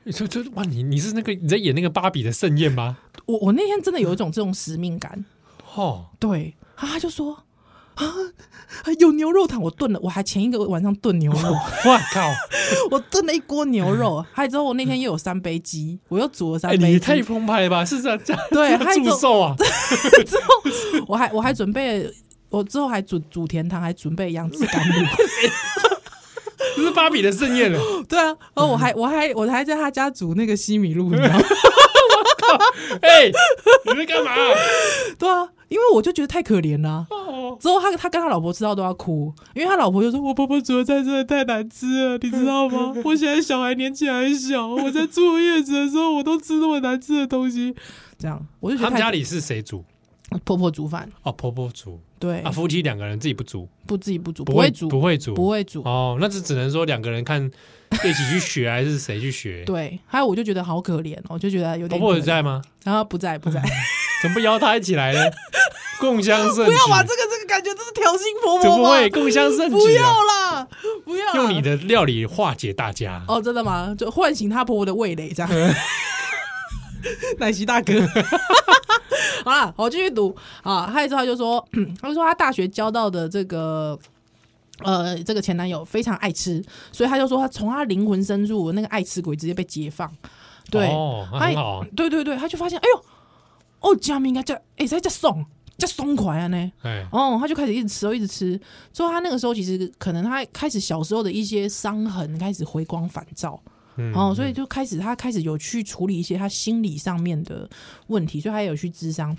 B: 你说这哇，你你是那个你在演那个芭比的盛宴吗？
C: 我我那天真的有一种这种使命感，
B: 哦，
C: 对，啊他就说啊有牛肉汤，我炖了，我还前一个晚上炖牛肉。
B: 哇靠！
C: 我炖了一锅牛 肉，还之后我那天又有三杯鸡，我又煮了三
B: 哎，
C: 杯
B: 你
C: 鸡。
B: 太澎湃了吧？是这样这样
C: 对
B: 这样
C: 还有一
B: 祝
C: 种
B: 寿啊？
C: 之后我还我还准备了，我之后还煮煮甜汤，还准备杨枝甘露。
B: 这是芭比的盛 宴了。
C: 对啊，然后我还我还我还在他家煮那个西米露，你知道吗？
B: 哎，你在干嘛？
C: 对啊，因为我就觉得太可怜了啊、
B: 哦，
C: 之后他他跟他老婆吃到都要哭，因为他老婆就说：“我婆婆煮的菜真的太难吃了，你知 道吗？我现在小孩年纪还小，我在坐月子的时候我都吃那么难吃的东西。”这样我就觉得
B: 他们
C: 太
B: 家里是谁煮？
C: 婆婆煮饭，
B: 哦，婆婆煮
C: 对，
B: 啊，夫妻两个人自己不煮，
C: 不自己不煮，
B: 不
C: 会煮，
B: 煮，不会煮，
C: 不会煮。
B: 哦，那就只能说两个人 看一起去学，还是谁去学？
C: 对，还有我就觉得好可怜哦，我就觉得有
B: 婆
C: 点
B: 婆有
C: 可怜，
B: 在吗？
C: 然后不在不在，
B: 怎么不邀她一起来 呢？共襄盛举，
C: 不要把这个这个感觉都是挑衅婆
B: 怎
C: 婆
B: 么
C: 吧
B: 会共襄盛举、啊？
C: 不要啦，不要啦
B: 用你的料理化解大家。
C: 哦，真的吗？就唤醒她婆婆的味蕾，这样。奶昔大哥， 好啦，我继续读啊。还有之后就说， 他就说他大学交到的这个。呃，这个前男友非常爱吃，所以他就说他从他灵魂深处那个爱吃鬼直接被解放。对，
B: 哦，那
C: 哎
B: 很好啊。
C: 对对对，他就发现，哎呦，哦，加面应该叫，哎，才叫爽，叫爽快啊呢。
B: 哎，
C: 哦，他就开始一直吃，哦一直吃。之后他那个时候其实可能他开始小时候的一些伤痕开始回光返照，
B: 嗯
C: 哦，所以就开始他开始有去处理一些他心理上面的问题，所以他也有去咨商。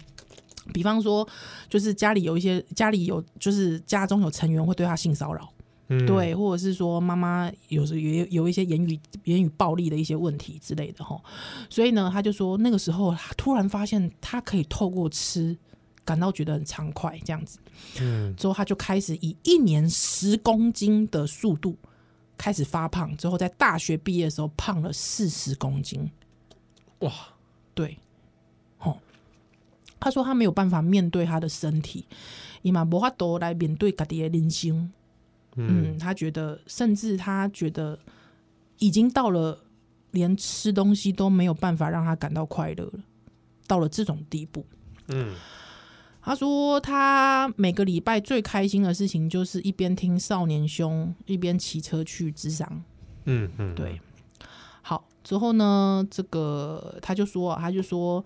C: 比方说，就是家里有一些家里有就是家中有成员会对他性骚扰，
B: 嗯，
C: 对，或者是说妈妈有时候也有一些言语言语暴力的一些问题之类的哈，所以呢，他就说那个时候他突然发现他可以透过吃感到觉得很畅快这样子，
B: 嗯，
C: 之后他就开始以一年十公斤的速度开始发胖，之后在大学毕业的时候胖了四十公斤，
B: 哇，
C: 对，哦，他说他没有办法面对他的身体，伊嘛无法度来面对家己的人生。
B: 嗯，
C: 嗯，他觉得，甚至他觉得已经到了连吃东西都没有办法让他感到快乐了，到了这种地步。
B: 嗯，
C: 他说他每个礼拜最开心的事情就是一边听少年兄，一边骑车去智商。
B: 嗯，嗯，
C: 对，好之后呢，这个他就说啊，他就说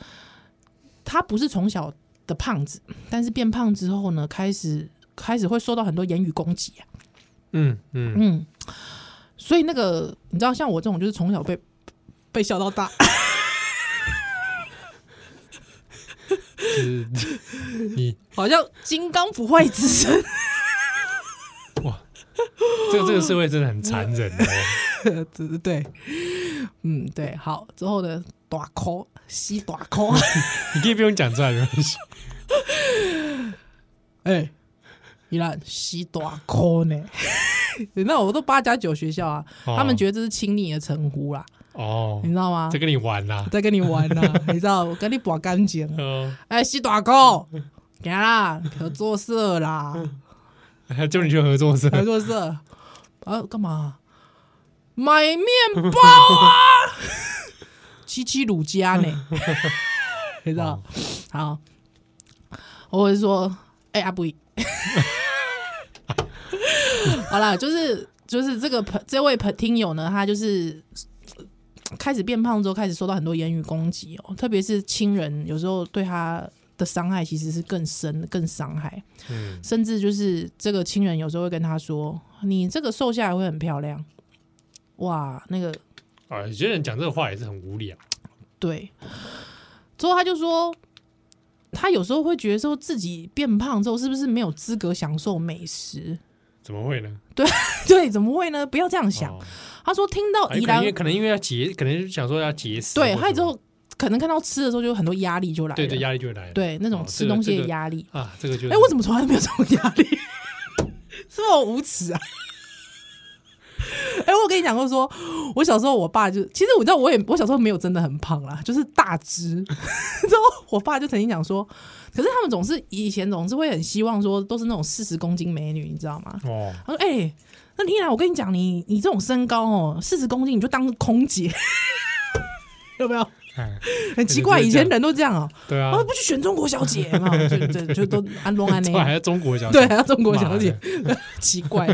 C: 他不是从小的胖子，但是变胖之后呢，开始开始会受到很多言语攻击啊。
B: 嗯，嗯，
C: 嗯，所以那个你知道，像我这种就是从小被被笑到大，
B: 是你
C: 好像金刚不坏之身。
B: 哇，这个这个社会真的很残忍哦。
C: 对对对，嗯对，好之后呢，短抠吸短抠，
B: 你可以不用讲出来，没关系。
C: 哎、依然吸短抠 呢。那我都八加九学校啊，
B: 哦
C: 他们觉得这是亲昵的称呼啦，
B: 哦
C: 你，知道吗
B: 在？跟你玩啦。
C: 在跟你玩呢、 你知道我跟你把干净啊，
B: 哦，
C: 哎，吸短抠，行啦，合作社啦。
B: 叫你去合作社，
C: 合作社啊，干嘛？买面包啊， 七七乳加呢？你知道？好，我是说，哎、阿布依，好啦，就是就是这个朋这位朋听友呢，他就是开始变胖之后，开始受到很多言语攻击哦，特别是亲人，有时候对他的伤害其实是更深、更伤害，
B: 嗯，
C: 甚至就是这个亲人有时候会跟他说：“你这个瘦下来会很漂亮。”哇，那个
B: 啊，有些人讲这个话也是很无聊，
C: 对，之后他就说，他有时候会觉得说自己变胖之后是不是没有资格享受美食？
B: 怎么会呢？
C: 对，怎么会呢？不要这样想。
B: 哦
C: 他说听到
B: 哎
C: 宜
B: 可能
C: 兰
B: 因为，可能因为要节，可能想说要节食或什
C: 对，
B: 么，
C: 他之后可能看到吃的时候就有很多压力就来了，
B: 对对压力就会来了，
C: 对那种
B: 哦
C: 吃
B: 这个
C: 东西
B: 这
C: 的
B: 个
C: 压力。
B: 啊，这个就
C: 哎、我怎么从来没有这种压力？ 是不是我无耻啊？哎、我跟你讲过说，我小时候我爸就，其实我知道我也我小时候没有真的很胖啦，就是大只。 之后我爸就曾经讲说，可是他们总是以前总是会很希望说都是那种四十公斤美女，你知道吗？
B: 哦，
C: 他说：“哎、那丽娜，我跟你讲，你你这种身高哦，四十公斤你就当空姐，有没有？
B: 哎
C: 很奇怪，
B: 对对对
C: 以前人都这样哦，
B: 对啊
C: 啊，，不去选中国小姐嘛，就就就都安龙安
B: 这
C: 那
B: 还要中国小姐
C: 对，还要中国小姐
B: 妈，
C: 奇怪。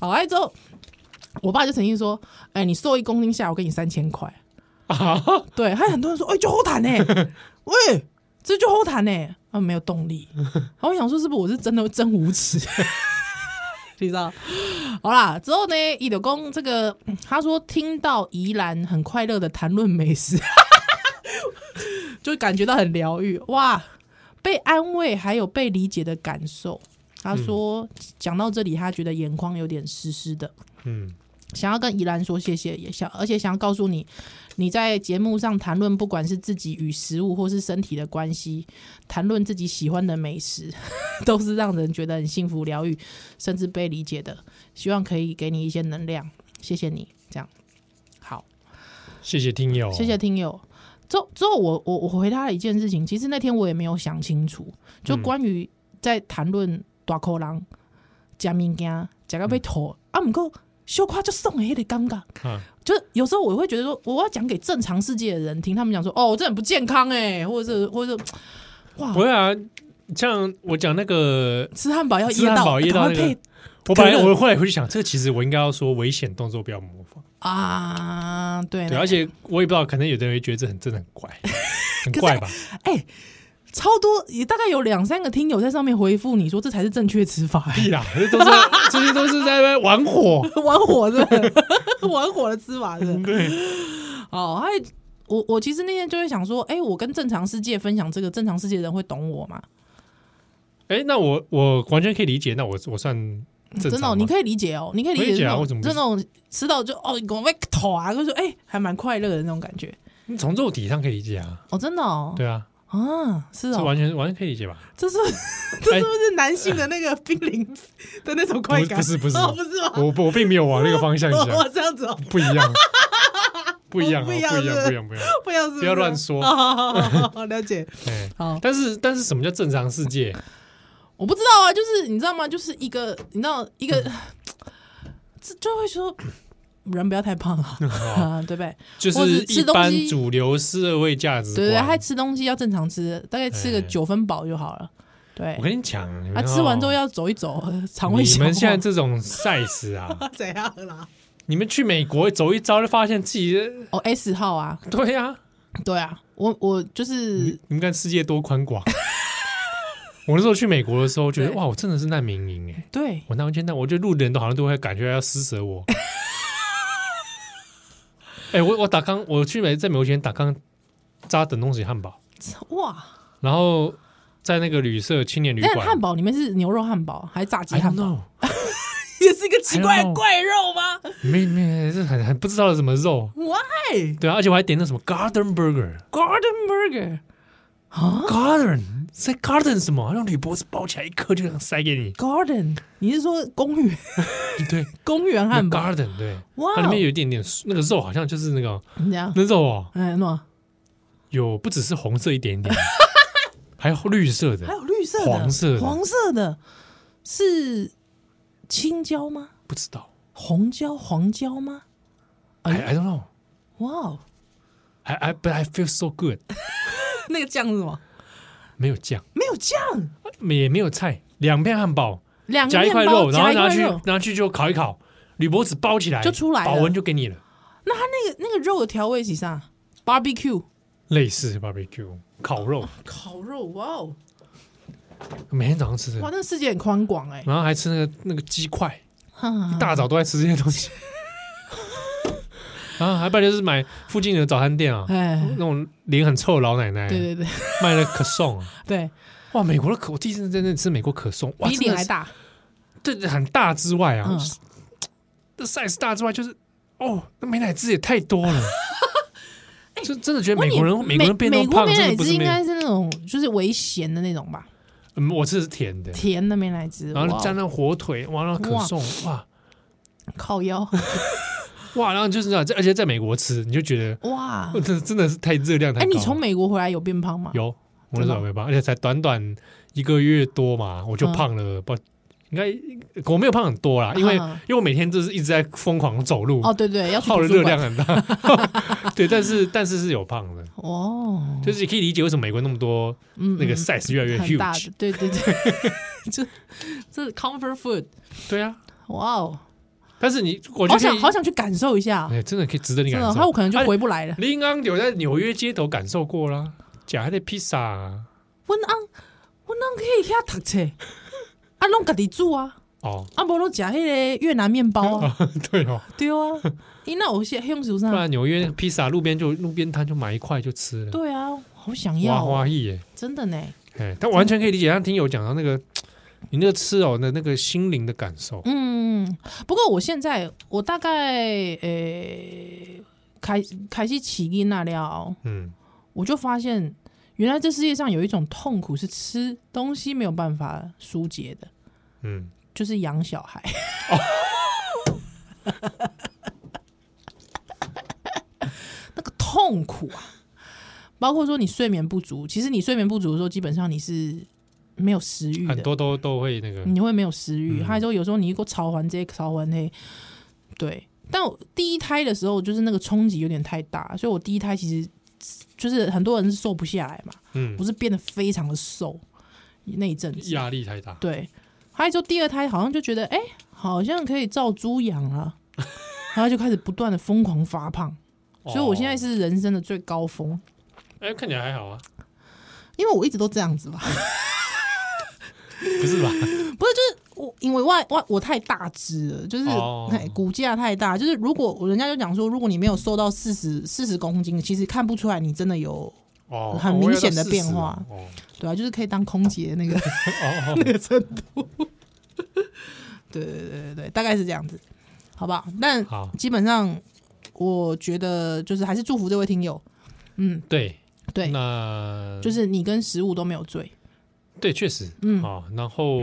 C: 好，哎之后，我爸就曾经说：“哎、你瘦一公斤下来，我给你三千块。
B: 啊，”
C: 对，还有很多人说：“哎、就后谈呢，喂，这就后谈呢。”啊，没有动力。然后我想说，是不是我是真的真无耻？ 你知道？好啦，之后呢，伊柳公这个嗯他说听到宜兰很快乐的谈论美食， 就感觉到很疗愈哇，被安慰还有被理解的感受。他说讲、到这里，他觉得眼眶有点湿湿的，
B: 嗯，
C: 想要跟宜兰说谢谢，也想而且想要告诉你，你在节目上谈论不管是自己与食物或是身体的关系，谈论自己喜欢的美食， 都是让人觉得很幸福、疗愈，甚至被理解的。希望可以给你一些能量，谢谢你。这样好，
B: 谢谢听友，啊
C: 谢谢听友。之后之后我我我回他了一件事情，其实那天我也没有想清楚，就
B: 嗯
C: 关于在谈论大口狼、假物件、假个被吐、啊，不过小夸就送迄个感觉。
B: 啊，
C: 就是有时候我会觉得说，我要讲给正常世界的人听，他们讲说，哦，这很不健康哎、或者是或者是哇
B: 不，会啊，像我讲那个，
C: 吃汉堡要
B: 吃
C: 噎
B: 汉
C: 到，
B: 堡噎
C: 赶
B: 到
C: 快
B: 那个
C: 配
B: 我本来
C: 可乐
B: 我后来回去想，这个其实我应该要说危险动作不要模仿，
C: 啊，对呢
B: 对，而且我也不知道，可能有的人会觉得这很真的很 怪，很
C: 可是
B: 怪吧？
C: 哎、超多也大概有两三个听友在上面回复你说，这才是正确吃法、哎
B: 屁啦，这都是这些都是在那边玩 火，
C: 玩火是不是玩火的吃法是不是哦，还我我其实那天就会想说，哎、我跟正常世界分享这个，正常世界的人会懂我吗？
B: 哎，那我我完全可以理解，那我我算正
C: 真的哦、
B: 常
C: 你
B: 吗？
C: 可以理解哦，你可以理
B: 我理
C: 解
B: 解
C: 这
B: 啊
C: 种，
B: 我怎么不
C: 这种吃到就哦，我被头啊，就说哎、还蛮快乐的那种感觉
B: 你从肉体上可以理解啊，
C: 哦，真的哦，
B: 对啊，
C: 啊，是
B: 这
C: 哦，
B: 完全完全可以理解 吧？
C: 这是 这是不是男性的那个濒临的那种快感？
B: 不是不是
C: 哦，不是吗？
B: 我我并没有往那个方向 想，
C: 哦，这样子哦，
B: 不一 样，不一样啊，不
C: 不
B: 一
C: 一样
B: 样，不一
C: 是不
B: 样，
C: 是
B: 不一样， 不一样。
C: 不要是是
B: 不要乱说
C: 好好好好好好了解。
B: 哎，
C: 好，
B: 但是但是什么叫正常世界？
C: 我不知道啊，就是你知道吗？就是一个你知道一个，
B: 嗯
C: 这就会说 人不要太 胖啊，
B: 哦
C: 啊对不对？
B: 就
C: 或
B: 是
C: 是
B: 一
C: 吃东
B: 般
C: 西
B: 主流社会价值观。
C: 对对，他吃东西要正常吃，大概吃个
B: 哎
C: 九分饱就好了。对，
B: 我跟你讲，你
C: 啊，
B: 们
C: 吃完之后
B: 哦
C: 要走一走，肠胃
B: 你
C: 消化。
B: 们现在这种 size 啊，
C: 怎样啦？
B: 你们去美国走一遭就发现自己
C: 哦，S 号啊，
B: 对啊，
C: 对啊，我我就是
B: 你们看世界多宽 广。我那时候去美国的时候，觉得
C: 对
B: 哇，我真的是难民营哎！
C: 对，
B: 我那完全那，我觉得路人都好像都会感觉要施舍 我。哎、我我打刚，我去美在美国前打刚扎等东西汉堡，
C: 哇，
B: 然后在那个旅社青年旅
C: 但
B: 馆，
C: 哎汉堡里面是牛肉汉堡还是炸鸡
B: I don't
C: 汉堡？
B: know，
C: 也是一个奇怪
B: I don't
C: 的
B: know
C: 怪肉吗
B: 没没是很很不知道什么肉，
C: ？Why
B: 对啊，而且我还点那什么 Garden Burger。
C: Garden Burger
B: garden 在 garden 什么？用铝箔纸包起来一颗就这样塞给 你。
C: Garden？你是说公园
B: 对，
C: 公园
B: 那
C: 汉堡？
B: garden 对，
C: 哇哦啊
B: 它里面有一点点那个肉，好像就是那个
C: 你这样？
B: 那肉哦，
C: 哎，喏，
B: 有不只是红色一点 点，还有绿色的
C: 还，有绿色的、
B: 黄色的
C: 黄色的是青椒吗？
B: 不知道。
C: 红椒、黄椒吗？哎
B: I I don't know.
C: 哇哦，
B: I I but I feel so good.
C: 那个酱是什么？
B: 没有酱，
C: 没有酱，
B: 也没有菜，两片汉堡
C: 两个
B: 夹一
C: 面
B: 块
C: 包
B: 肉，然后
C: 夹一
B: 拿
C: 块
B: 去
C: 肉
B: 拿去就烤一烤，铝箔纸包起来
C: 就出来了
B: 保温就给你了。
C: 那它那那个那个肉的调味是啥？barbecue
B: 类似 barbecue 烤 肉，
C: 烤肉，哇哦，
B: 每天早上吃这
C: 哇，
B: 个，
C: 那世界很宽广哎、
B: 然后还吃那个那个鸡块，
C: 欸，
B: 大早都在吃这些东 西。然后还不然就是买附近的早餐店啊，
C: 哎
B: 那，种脸很臭的老奶奶，
C: 对对对
B: 卖了可颂啊。
C: 对，
B: 哇，美国的可，我第一次真正吃美国可颂，哇，
C: 比你
B: 真
C: 还
B: 的
C: 大，
B: 是，对，对很大之外啊，
C: 嗯
B: 这 size 大之外，就是哦，那美乃滋也太多 了。就真的觉得美国人，
C: 哎哇你
B: 美国人变那
C: 美
B: 么胖，
C: 美国美
B: 真
C: 乃
B: 的不
C: 滋
B: 是
C: 应
B: 没有。
C: 该是那种就是微咸的那种吧，
B: 嗯，我吃的是甜的，
C: 甜的美乃滋，
B: 然后
C: 哇哦
B: 沾上火腿，哇，那可颂，哇
C: 烤腰，
B: 哇，然后就是这样，而且在美国吃，你就觉得
C: 哇
B: 哦， 这真的是太热量太
C: 啊哎、
B: 高了。
C: 你从美国回来有变胖吗？
B: 有我那时
C: 真
B: 候
C: 的
B: 没胖，而且才短短一个月多嘛，我就
C: 嗯
B: 胖了不。应该我没有胖很多啦，因为
C: 嗯
B: 因为我每天就是一直在疯狂走路，
C: 哦，对对，要去
B: 耗
C: 图
B: 的
C: 书
B: 热
C: 馆
B: 量很大。 对，但是但是是有胖的，
C: 哦，
B: 就是也可以理解为什么美国那么多
C: 嗯
B: 那个
C: 嗯
B: size 越来越
C: 很大
B: huge
C: 的。，对对 对，这这是 comfort food，
B: 对啊，
C: 哇哦，
B: 但是你我就
C: 好
B: 可以
C: 想好想去感受一下，
B: 哎，真的可以值得你
C: 真
B: 感
C: 的，那
B: 受哎
C: 我。可能就回不来了。
B: 林安有在纽约街头感受过啦，假的披萨啊
C: 阮翁阮翁去遐读册，啊，拢家己煮啊，
B: 哦，
C: 啊，无拢食迄个越南面包啊，
B: 对哦，
C: 对啊，伊那有些享受
B: 不
C: 啥？
B: 然纽约那个披萨路边就路边摊就买一块就吃了，
C: 对啊，好想
B: 哇
C: 要哦，
B: 花艺耶。
C: 真的呢，
B: 哎，但完全可以理解，像听友讲到那个，你那个吃哦的那个心灵的感受，
C: 嗯，不过我现在我大概诶、开开始起因那了。
B: 嗯，
C: 我就发现，原来这世界上有一种痛苦是吃东西没有办法疏解的，
B: 嗯，
C: 就是养小 孩。那个痛苦啊，包括说你睡眠不足，其实你睡眠不足的时候，基本上你是没有食欲
B: 很
C: 的，
B: 多都都会那个，
C: 你会没有食欲。
B: 嗯
C: 还有说有时候你一个朝环这朝环那，对。但我第一胎的时候，就是那个冲击有点太大，所以我第一胎其实就是很多人是瘦不下来嘛。
B: 嗯
C: 不，是变得非常的瘦那一阵子。
B: 压力太大，
C: 对，还有就第二胎好像就觉得，哎、好像可以照猪养 了，然后就开始不断的疯狂发胖，所以我现在
B: 哦，
C: 是人生的最高峰，
B: 哎，看起来还好啊，
C: 因为我一直都这样子吧，
B: 不是吧？
C: 不是就是我因为外外我太大只了，就是、
B: 哦
C: 哎骨架太大，就是如果人家就讲说，如果你没有瘦到四十四十公斤，其实看不出来你真的有
B: 哦，
C: 很明显的变化
B: 哦我要到40了
C: 对啊，就是可以当空姐那个。
B: 哦，哦
C: 那个程度。对对对对对，大概是这样子，好不好？但
B: 哦好，
C: 基本上，我觉得就是还是祝福这位听友，嗯，
B: 对
C: 对，
B: 那嗯
C: 就是你跟食物都没有罪，
B: 对，确实，
C: 嗯
B: 啊，然后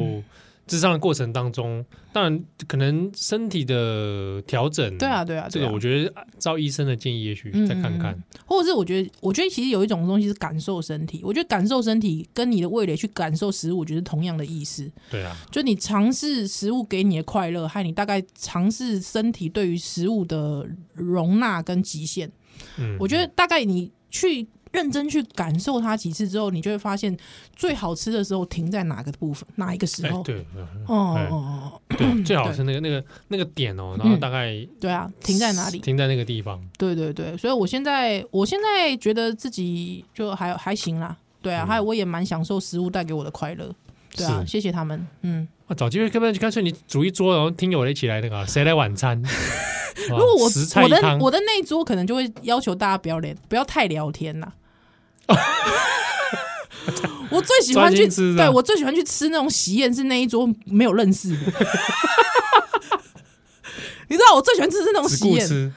B: 智商的过程当中，当然可能身体的调整，
C: 对啊，，对啊，
B: 这
C: 对
B: 个
C: 啊
B: 我觉得照医生的建议，也许
C: 嗯
B: 再看
C: 嗯
B: 看，
C: 或者是我觉得，我觉得其实有一种东西是感受身体，我觉得感受身体跟你的味蕾去感受食物，我觉得是同样的意思，
B: 对啊，
C: 就你尝试食物给你的快乐，还有你大概尝试身体对于食物的容纳跟极限。
B: 嗯，
C: 我觉得大概你去认真去感受它几次之后，你就会发现最好吃的时候停在哪个部分，哪一个时
B: 哎
C: 候。，
B: 对，嗯
C: 哦
B: 哎
C: 哦哦，
B: 对，最好是那个那个那个点哦，然后大概
C: 对啊，停在哪里？
B: 停在那个地方。
C: 对对对，所以我现在我现在觉得自己就还还行啦。对啊，还有我也蛮享受食物带给我的快乐。对啊，
B: 嗯是
C: 谢谢他们。嗯，
B: 啊，找机会，要不然干脆你煮一桌，然后听友一起来那 个啊谁来晚餐？如
C: 如果我
B: 哦十菜
C: 我
B: 一
C: 的
B: 汤，
C: 我的那一桌可能就会要求大家不要聊，不要太聊天 啦。我最喜欢
B: 专
C: 去
B: 心吃是吧
C: 对我最喜欢去吃那种喜宴，是那一桌没有认 识的。你知道我最喜欢吃是那种
B: 只
C: 喜
B: 顾
C: 宴，
B: 吃，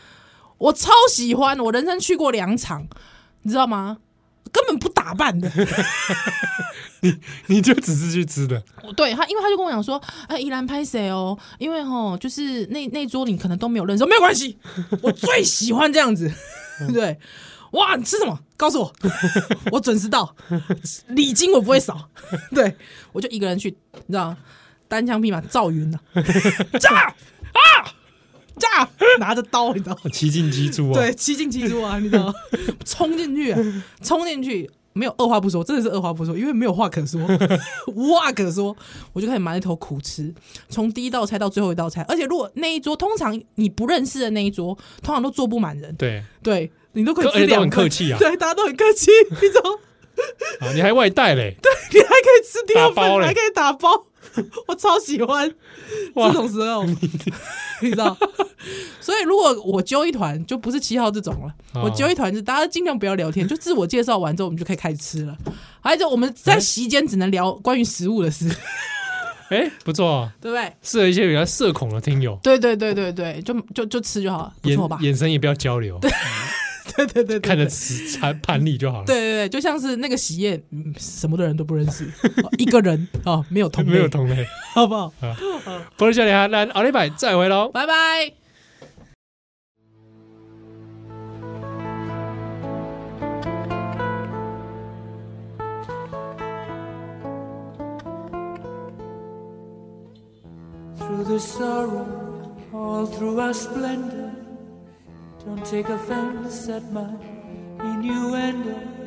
C: 我超喜欢，我人生去过两场，你知道吗？根本不打扮的，
B: 你就只是去吃的，
C: 我对他，因为他就跟我讲说，哎，依兰拍谁哦？因为吼，就是那那桌你可能都没有认识，没有关系，我最喜欢这样子，对。哇，你吃什么？告诉我，我准时到，礼金我不会少。对，我就一个人去，你知道吗，单枪匹马赵云了， 炸啊炸，拿着刀，你知道吗，
B: 骑进鸡猪啊！
C: 对，七进七出啊，你知道吗，冲进去啊，冲进去。没有二话不说，真的是二话不说，因为没有话可说，无话可说，我就开始埋头苦吃，从第一道菜到最后一道菜，而且如果那一桌通常你不认识的那一桌，通常都坐不满人，
B: 对，
C: 对你都可以
B: 可
C: 吃
B: 而且都
C: 两
B: 很
C: 份
B: 客气啊
C: 对，大家都很客气，你怎么
B: 啊，你还外带 嘞，
C: 你还可以吃第二
B: 打包
C: 份，
B: 嘞
C: 还可以打包， 我超喜欢
B: 哇
C: 这种时 候，你知道？所以如果我揪一团，就不是七号这种了，
B: 哦
C: 我揪一团就大家尽量不要聊天，就自我介绍完之后，我们就可以开始吃了。还有就我们在席间只能
B: 哦
C: 聊关于食物 的事，
B: 哎，不错哦，
C: 对不对？
B: 适合一些比较社恐的听友，
C: 对对对对对，就就就吃就好了，不
B: 眼
C: 错吧？
B: 眼神也不要交流，
C: 对对对，对
B: 看着
C: 对
B: 吃盘盘里就好了。
C: 对对对，就像是那个喜宴，嗯什么的人都不认识，哦一个人哦，没有 同
B: 没
C: 类
B: 有，同类。
C: 好不好？
B: 不是这里哈，那奥利百再回哦喽。
C: 拜拜。
A: Through the sorrow, all through our splendor. Don't take offense at my innuendo.